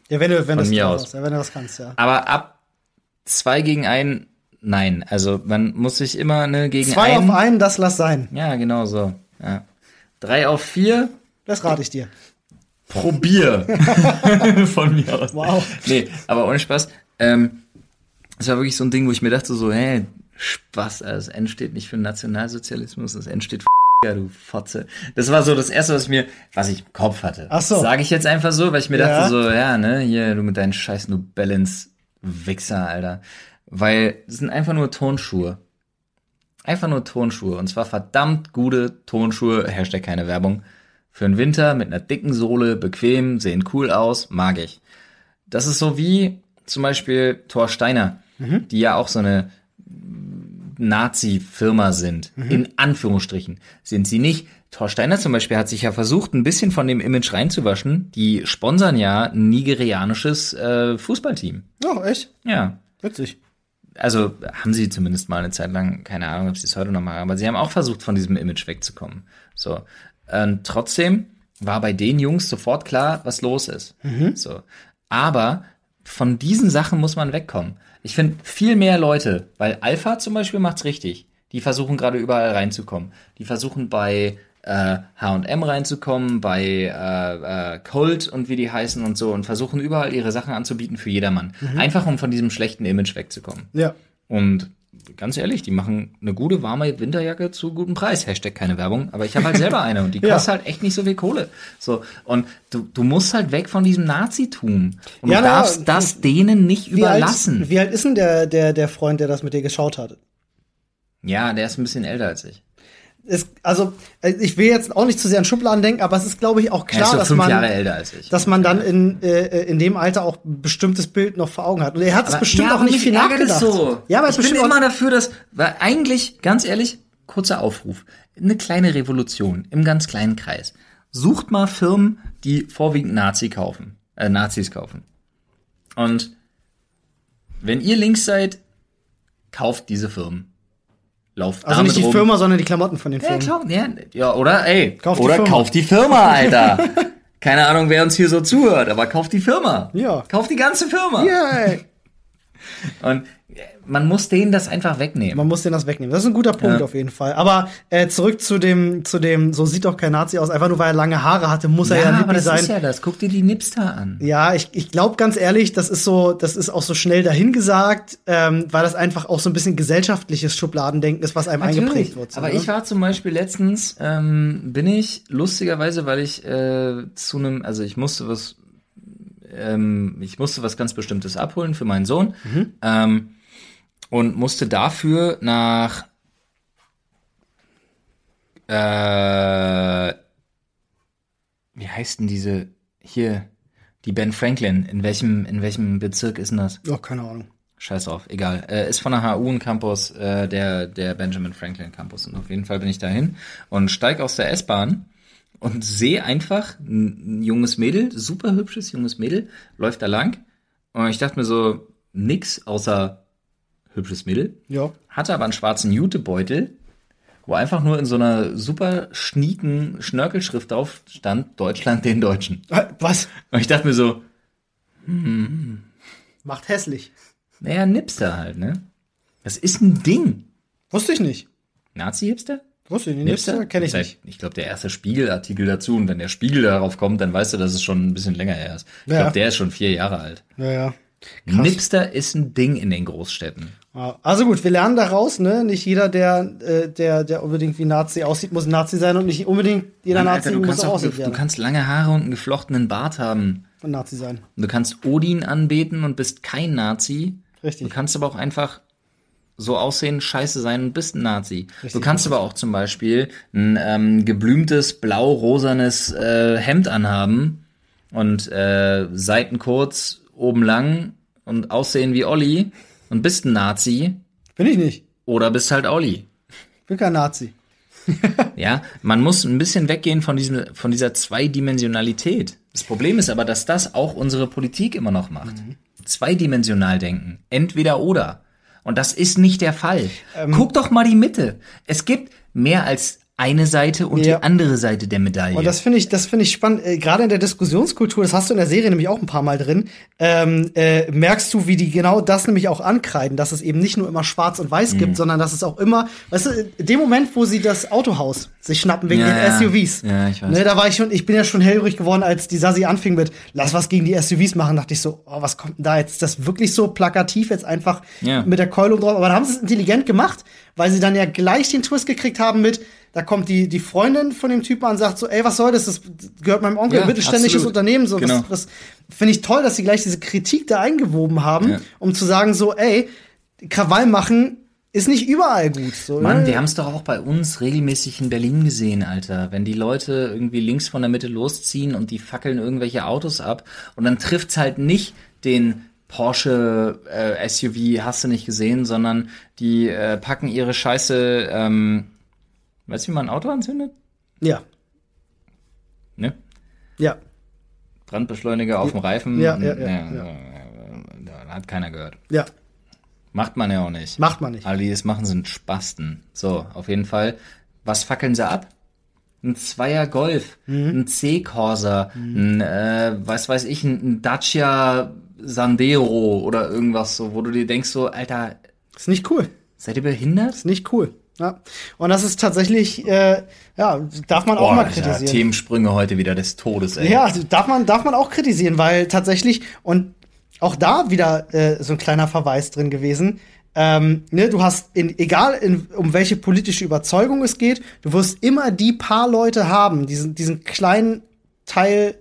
Speaker 1: ja, wenn du, wenn du es
Speaker 2: mir
Speaker 1: drauf
Speaker 2: aus.
Speaker 1: hast, ja, wenn du was kannst, ja.
Speaker 2: Aber ab 2 gegen 1, nein. Also man muss sich immer ne, gegen
Speaker 1: Zwei
Speaker 2: einen,
Speaker 1: auf einen, das lass sein.
Speaker 2: Ja, genau so. Ja. Drei auf vier,
Speaker 1: Das rate ich dir.
Speaker 2: probier. Von mir aus.
Speaker 1: Wow.
Speaker 2: Nee, aber ohne Spaß. Ähm, es war wirklich so ein Ding, wo ich mir dachte so, hey, Spaß, Alter, das N steht nicht für Nationalsozialismus, das N steht für ja, du Fotze. Das war so das Erste, was mir, was ich im Kopf hatte.
Speaker 1: Ach so.
Speaker 2: Sage ich jetzt einfach so, weil ich mir
Speaker 1: Ja.
Speaker 2: dachte so, ja, ne, hier, du mit deinen scheiß New Balance Wichser, Alter. Weil es sind einfach nur Tonschuhe. Einfach nur Tonschuhe. Und zwar verdammt gute Tonschuhe. Hashtag keine Werbung. Für den Winter mit einer dicken Sohle, bequem, sehen cool aus, mag ich. Das ist so wie zum Beispiel Thor Steiner, die ja auch so eine Nazi-Firma sind. In Anführungsstrichen sind sie nicht. Thor Steiner zum Beispiel hat sich ja versucht, ein bisschen von dem Image reinzuwaschen. Die sponsern ja ein nigerianisches äh, Fußballteam.
Speaker 1: Ja, echt?
Speaker 2: Ja,
Speaker 1: Witzig.
Speaker 2: also haben sie zumindest mal eine Zeit lang, keine Ahnung, ob sie es heute noch machen, aber sie haben auch versucht, von diesem Image wegzukommen. So. Und trotzdem war bei den Jungs sofort klar, was los ist. So. Aber von diesen Sachen muss man wegkommen. Ich finde viel mehr Leute, weil Alpha zum Beispiel macht's richtig. Die versuchen gerade überall reinzukommen. Die versuchen bei äh, H&M reinzukommen, bei äh, äh, Colt und wie die heißen und so und versuchen überall ihre Sachen anzubieten für jedermann. Einfach um von diesem schlechten Image wegzukommen.
Speaker 1: Ja.
Speaker 2: Und ganz ehrlich, die machen eine gute warme Winterjacke zu gutem Preis. Hashtag keine Werbung, aber ich habe halt selber eine und die
Speaker 1: Ja.
Speaker 2: kostet halt echt nicht so viel Kohle. So und du, du musst halt weg von diesem Nazitum und
Speaker 1: Ja,
Speaker 2: du
Speaker 1: na,
Speaker 2: darfst das denen nicht
Speaker 1: Wie
Speaker 2: überlassen.
Speaker 1: Alt, wie alt ist denn der, der, der Freund, der das mit dir geschaut hat?
Speaker 2: ja, der ist ein bisschen älter als ich.
Speaker 1: Es, also, äh, ich will jetzt auch nicht zu sehr an Schubladen denken, aber es ist, glaube ich, auch
Speaker 2: er ist
Speaker 1: klar,
Speaker 2: so
Speaker 1: dass
Speaker 2: Also fünf Jahre
Speaker 1: man,
Speaker 2: älter als ich.
Speaker 1: dass man dann in, äh, in dem Alter auch ein bestimmtes Bild noch vor Augen hat. Und er hat es bestimmt
Speaker 2: ja,
Speaker 1: auch
Speaker 2: aber
Speaker 1: nicht
Speaker 2: mich
Speaker 1: viel
Speaker 2: ärgert es
Speaker 1: nachgedacht.
Speaker 2: So.
Speaker 1: Ja, aber er hat
Speaker 2: ich
Speaker 1: bestimmt
Speaker 2: bin immer
Speaker 1: auch,
Speaker 2: dafür, dass, weil eigentlich, ganz ehrlich, kurzer Aufruf, eine kleine Revolution im ganz kleinen Kreis. sucht mal Firmen, die vorwiegend Nazi kaufen, äh, Nazis kaufen. Und wenn ihr links seid, kauft diese Firmen. Lauft
Speaker 1: Also
Speaker 2: damit
Speaker 1: nicht die
Speaker 2: rum.
Speaker 1: Firma, sondern die Klamotten von den
Speaker 2: Ja,
Speaker 1: Firmen.
Speaker 2: klar, ja, ja, oder ey,
Speaker 1: Kauft die
Speaker 2: oder
Speaker 1: Firma.
Speaker 2: kauft die Firma, Alter. Keine Ahnung, wer uns hier so zuhört, aber kauft die Firma.
Speaker 1: Ja.
Speaker 2: Kauft die ganze Firma.
Speaker 1: Yay.
Speaker 2: Und äh, man muss denen das einfach wegnehmen.
Speaker 1: Man muss denen das wegnehmen. Das ist ein guter Punkt auf jeden Fall. Aber äh, zurück zu dem, zu dem, so sieht doch kein Nazi aus. Einfach nur weil er lange Haare hatte, muss er ja
Speaker 2: aber
Speaker 1: Lippi
Speaker 2: das
Speaker 1: sein.
Speaker 2: ist ja das. Guck dir die Nipster an.
Speaker 1: Ja, ich, ich glaube ganz ehrlich, das ist so, das ist auch so schnell dahingesagt, ähm, weil das einfach auch so ein bisschen gesellschaftliches Schubladendenken ist, was einem eingeprägt wird. So,
Speaker 2: aber
Speaker 1: ne?
Speaker 2: ich war zum Beispiel letztens, ähm, bin ich lustigerweise, weil ich äh, zu einem, also ich musste was, ähm, ich musste was ganz Bestimmtes abholen für meinen Sohn ähm, und musste dafür nach äh, wie heißt denn diese hier die Ben Franklin? In welchem in welchem Bezirk ist denn das?
Speaker 1: ja, keine Ahnung.
Speaker 2: Scheiß drauf, egal. Äh, ist von der HU ein Campus, äh, der, der Benjamin Franklin Campus. Und auf jeden Fall bin ich dahin und steig aus der S-Bahn und sehe einfach ein ein junges Mädel, super hübsches junges Mädel, läuft da lang. Und ich dachte mir so, nix außer hübsches Mädel.
Speaker 1: Ja.
Speaker 2: Hatte aber einen schwarzen Jutebeutel, wo einfach nur in so einer super schnieken Schnörkelschrift drauf stand, Deutschland den Deutschen.
Speaker 1: Äh, Was?
Speaker 2: Und ich dachte mir so,
Speaker 1: Macht hässlich.
Speaker 2: naja, Nipster halt, ne? Das ist ein Ding.
Speaker 1: Wusste ich nicht.
Speaker 2: Nazi-Hipster?
Speaker 1: Wusste ich nicht. Hipster? Kenn ich
Speaker 2: Seit-
Speaker 1: nicht.
Speaker 2: Ich glaube, der erste Spiegelartikel dazu und wenn der Spiegel darauf kommt, dann weißt du, dass es schon ein bisschen länger her ist. Ich
Speaker 1: Ja.
Speaker 2: glaube, der ist schon vier Jahre alt.
Speaker 1: Ja, ja.
Speaker 2: Nipster ist ein Ding in den Großstädten.
Speaker 1: Ja, Also gut, wir lernen daraus, ne? Nicht jeder, der, äh, der, der unbedingt wie Nazi aussieht, muss ein Nazi sein und nicht unbedingt jeder
Speaker 2: Mann,
Speaker 1: Nazi
Speaker 2: Alter, du,
Speaker 1: muss
Speaker 2: kannst
Speaker 1: auch
Speaker 2: auch,
Speaker 1: aussehen
Speaker 2: du
Speaker 1: werden.
Speaker 2: kannst lange Haare und einen geflochtenen Bart haben.
Speaker 1: Ein Nazi sein.
Speaker 2: Und Du kannst Odin anbeten und bist kein Nazi.
Speaker 1: Richtig.
Speaker 2: Du kannst aber auch einfach so aussehen, scheiße sein und bist ein Nazi. du
Speaker 1: Richtig.
Speaker 2: kannst aber auch zum Beispiel ein ähm, geblümtes, blau-rosanes äh, Hemd anhaben und äh, Seiten kurz, oben lang und aussehen wie Olli und bist ein Nazi
Speaker 1: Bin ich nicht.
Speaker 2: oder bist halt Olli.
Speaker 1: Bin kein Nazi.
Speaker 2: Ja, man muss ein bisschen weggehen von, diesem, von dieser Zweidimensionalität. Das Problem ist aber, dass das auch unsere Politik immer noch macht.
Speaker 1: Mhm.
Speaker 2: Zweidimensional denken. Entweder oder. Und das ist nicht der Fall.
Speaker 1: Ähm.
Speaker 2: Guck doch mal die Mitte. Es gibt mehr als eine Seite und
Speaker 1: Ja.
Speaker 2: die andere Seite der Medaille.
Speaker 1: Und das finde ich, das finde ich spannend. Äh, Gerade in der Diskussionskultur, das hast du in der Serie nämlich auch ein paar Mal drin, ähm, äh, merkst du, wie die genau das nämlich auch ankreiden, dass es eben nicht nur immer Schwarz und Weiß
Speaker 2: Mhm.
Speaker 1: gibt, sondern dass es auch immer, weißt du, in dem Moment, wo sie das Autohaus sich schnappen wegen
Speaker 2: Ja, ja.
Speaker 1: den SUVs.
Speaker 2: Ja, ich weiß.
Speaker 1: Ne, da war ich schon, ich bin ja schon hellrig geworden, als die Sassi anfing mit, lass was gegen die SUVs machen, dachte ich so, oh, was kommt denn da jetzt? Ist das wirklich so plakativ jetzt einfach
Speaker 2: Ja.
Speaker 1: mit der Keule oben drauf? Aber da haben sie es intelligent gemacht, weil sie dann ja gleich den Twist gekriegt haben mit, da kommt die, die Freundin von dem Typen an und sagt so, ey, was soll das? Das gehört meinem Onkel,
Speaker 2: Ja,
Speaker 1: mittelständisches
Speaker 2: absolut.
Speaker 1: Unternehmen. So,
Speaker 2: Genau.
Speaker 1: was, was finde ich toll, dass sie gleich diese Kritik da eingewoben haben,
Speaker 2: Ja.
Speaker 1: um zu sagen so, ey, Krawall machen ist nicht überall gut. So,
Speaker 2: Mann,
Speaker 1: ne?
Speaker 2: wir haben es doch auch bei uns regelmäßig in Berlin gesehen, Alter. Wenn die Leute irgendwie links von der Mitte losziehen und die fackeln irgendwelche Autos ab und dann trifft's halt nicht den Porsche äh, SUV, hast du nicht gesehen, sondern die äh, packen ihre Scheiße, ähm, weißt du, wie man ein Auto anzündet?
Speaker 1: Ja,
Speaker 2: Ne?
Speaker 1: ja.
Speaker 2: Brandbeschleuniger auf dem Reifen.
Speaker 1: Ja, ja, ja, ja.
Speaker 2: ja. Hat keiner gehört.
Speaker 1: Ja,
Speaker 2: Macht man ja auch nicht.
Speaker 1: macht man nicht.
Speaker 2: Alle, die es machen, sind Spasten. So, auf jeden Fall. Was fackeln sie ab? Ein Zweier Golf,
Speaker 1: Mhm.
Speaker 2: ein C-Corsa, ein, äh, was weiß ich, ein, ein Dacia Sandero oder irgendwas so, wo du dir denkst so, Alter,
Speaker 1: Ist nicht cool.
Speaker 2: seid ihr behindert?
Speaker 1: Ist nicht cool. Ja. Und das ist tatsächlich, äh, ja, darf man auch mal
Speaker 2: Alter,
Speaker 1: kritisieren.
Speaker 2: Themensprünge heute wieder des Todes, ey.
Speaker 1: Ja, also darf man, darf man auch kritisieren, weil tatsächlich, und auch da wieder äh, so ein kleiner Verweis drin gewesen, ähm, ne, du hast, in, egal in, um welche politische Überzeugung es geht, du wirst immer die paar Leute haben, diesen, diesen kleinen Teil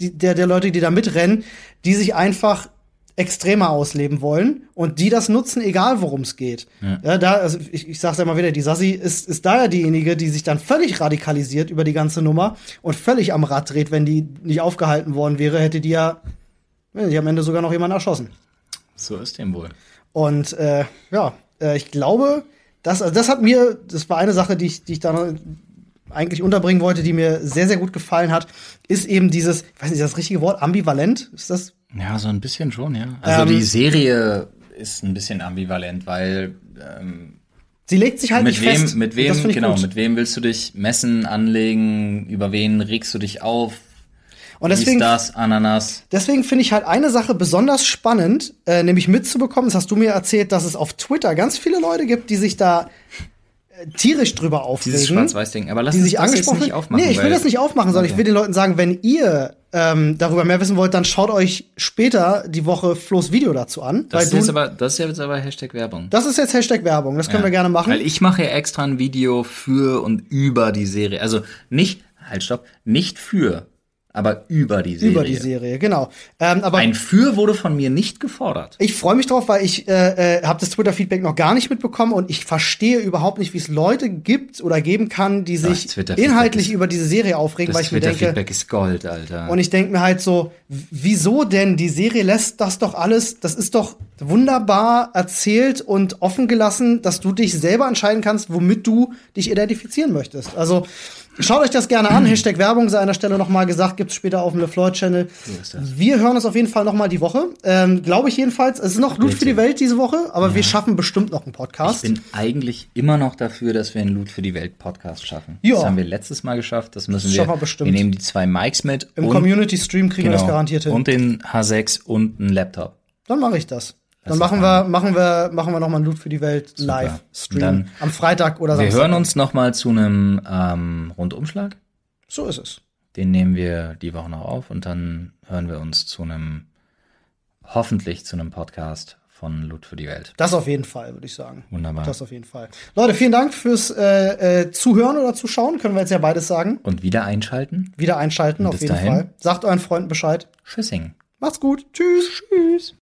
Speaker 1: die, der, der Leute, die da mitrennen, die sich einfach extremer ausleben wollen und die das nutzen, egal worum es geht. Ja. da, also ich, ich sag's ja mal wieder, die Sassi ist, ist da ja diejenige, die sich dann völlig radikalisiert über die ganze Nummer und völlig am Rad dreht, wenn die nicht aufgehalten worden wäre, hätte die ja weiß nicht, am Ende sogar noch jemanden erschossen.
Speaker 2: So ist dem wohl.
Speaker 1: Und äh, ja, äh, ich glaube, das, also das hat mir, das war eine Sache, die ich, die ich da noch eigentlich unterbringen wollte, die mir sehr, sehr gut gefallen hat, ist eben dieses, ich weiß nicht, ist das richtige Wort, ambivalent? Ist das
Speaker 2: Ja, so ein bisschen schon, ja. Also
Speaker 1: Ähm,
Speaker 2: die Serie ist ein bisschen ambivalent, weil ähm,
Speaker 1: Sie legt sich halt
Speaker 2: mit
Speaker 1: nicht
Speaker 2: wem,
Speaker 1: fest.
Speaker 2: mit wem,
Speaker 1: das find ich
Speaker 2: genau,
Speaker 1: gut.
Speaker 2: mit wem willst du dich messen, anlegen, über wen regst du dich auf?
Speaker 1: Und
Speaker 2: Dies,
Speaker 1: deswegen,
Speaker 2: das, Ananas.
Speaker 1: deswegen finde ich halt eine Sache besonders spannend, äh, nämlich mitzubekommen. Das hast du mir erzählt, dass es auf Twitter ganz viele Leute gibt, die sich da äh, tierisch drüber aufregen.
Speaker 2: Dieses Schwarz-Weiß-Ding. Aber lass
Speaker 1: die
Speaker 2: uns
Speaker 1: sich
Speaker 2: das jetzt
Speaker 1: angesprochen
Speaker 2: nicht aufmachen.
Speaker 1: Nee, ich will
Speaker 2: weil-
Speaker 1: das nicht aufmachen, sondern ich will den Leuten sagen, wenn ihr ähm, darüber mehr wissen wollt, dann schaut euch später die Woche Flo's Video dazu an.
Speaker 2: Das
Speaker 1: weil
Speaker 2: ist,
Speaker 1: du,
Speaker 2: jetzt aber, das ist jetzt aber Hashtag Werbung.
Speaker 1: das ist jetzt Hashtag Werbung, das können wir gerne machen.
Speaker 2: Weil ich mache ja extra ein Video für und über die Serie. Also nicht, halt stopp, nicht für, aber über die Serie.
Speaker 1: über die Serie, genau. Ähm, aber
Speaker 2: Ein für wurde von mir nicht gefordert.
Speaker 1: ich freue mich drauf, weil ich äh, äh, habe das Twitter-Feedback noch gar nicht mitbekommen und ich verstehe überhaupt nicht, wie es Leute gibt oder geben kann, die sich
Speaker 2: Twitter-Feedback
Speaker 1: inhaltlich über diese Serie aufregen, weil ich mir denke,
Speaker 2: Twitter-Feedback ist Gold, Alter.
Speaker 1: Und ich denke mir halt so, w- wieso denn? Die Serie lässt das doch alles, das ist doch wunderbar erzählt und offen gelassen, dass du dich selber entscheiden kannst, womit du dich identifizieren möchtest. Also schaut euch das gerne an. Hashtag Werbung sei an der Stelle nochmal gesagt, gibt's später auf dem LeFloid-Channel.
Speaker 2: ist das.
Speaker 1: Wir hören uns auf jeden Fall nochmal die Woche. Ähm, Glaube ich jedenfalls. Es ist noch Loot für die Welt diese Woche, aber wir schaffen bestimmt noch einen
Speaker 2: Ich
Speaker 1: Podcast.
Speaker 2: bin eigentlich immer noch dafür, dass wir einen Loot für die Welt Podcast schaffen.
Speaker 1: Ja.
Speaker 2: Das haben wir letztes Mal geschafft. Das müssen
Speaker 1: Das
Speaker 2: wir.
Speaker 1: schaffen wir bestimmt.
Speaker 2: Wir nehmen die zwei Mics mit genau,
Speaker 1: Im Community-Stream kriegen wir das garantiert hin.
Speaker 2: und den H6 und einen Laptop.
Speaker 1: Dann mache ich das. Dann
Speaker 2: Lass
Speaker 1: machen
Speaker 2: das
Speaker 1: wir, machen wir, machen wir nochmal einen Loot für die Welt Live-Stream.
Speaker 2: Dann-
Speaker 1: Am Freitag oder
Speaker 2: Wir
Speaker 1: Samstag.
Speaker 2: hören uns noch mal zu einem ähm, Rundumschlag.
Speaker 1: So ist es.
Speaker 2: Den nehmen wir die Woche noch auf und dann hören wir uns zu einem, hoffentlich zu einem Podcast von Loot für die Welt.
Speaker 1: Das auf jeden Fall, würde ich sagen.
Speaker 2: Wunderbar.
Speaker 1: Das auf jeden Fall. Leute, vielen Dank fürs äh, äh, Zuhören oder Zuschauen, können wir jetzt ja beides sagen.
Speaker 2: Und wieder einschalten.
Speaker 1: Wieder einschalten, auf
Speaker 2: bis
Speaker 1: jeden
Speaker 2: dahin.
Speaker 1: Fall. Sagt euren Freunden Bescheid.
Speaker 2: Tschüssing.
Speaker 1: Macht's gut. Tschüss. Tschüss.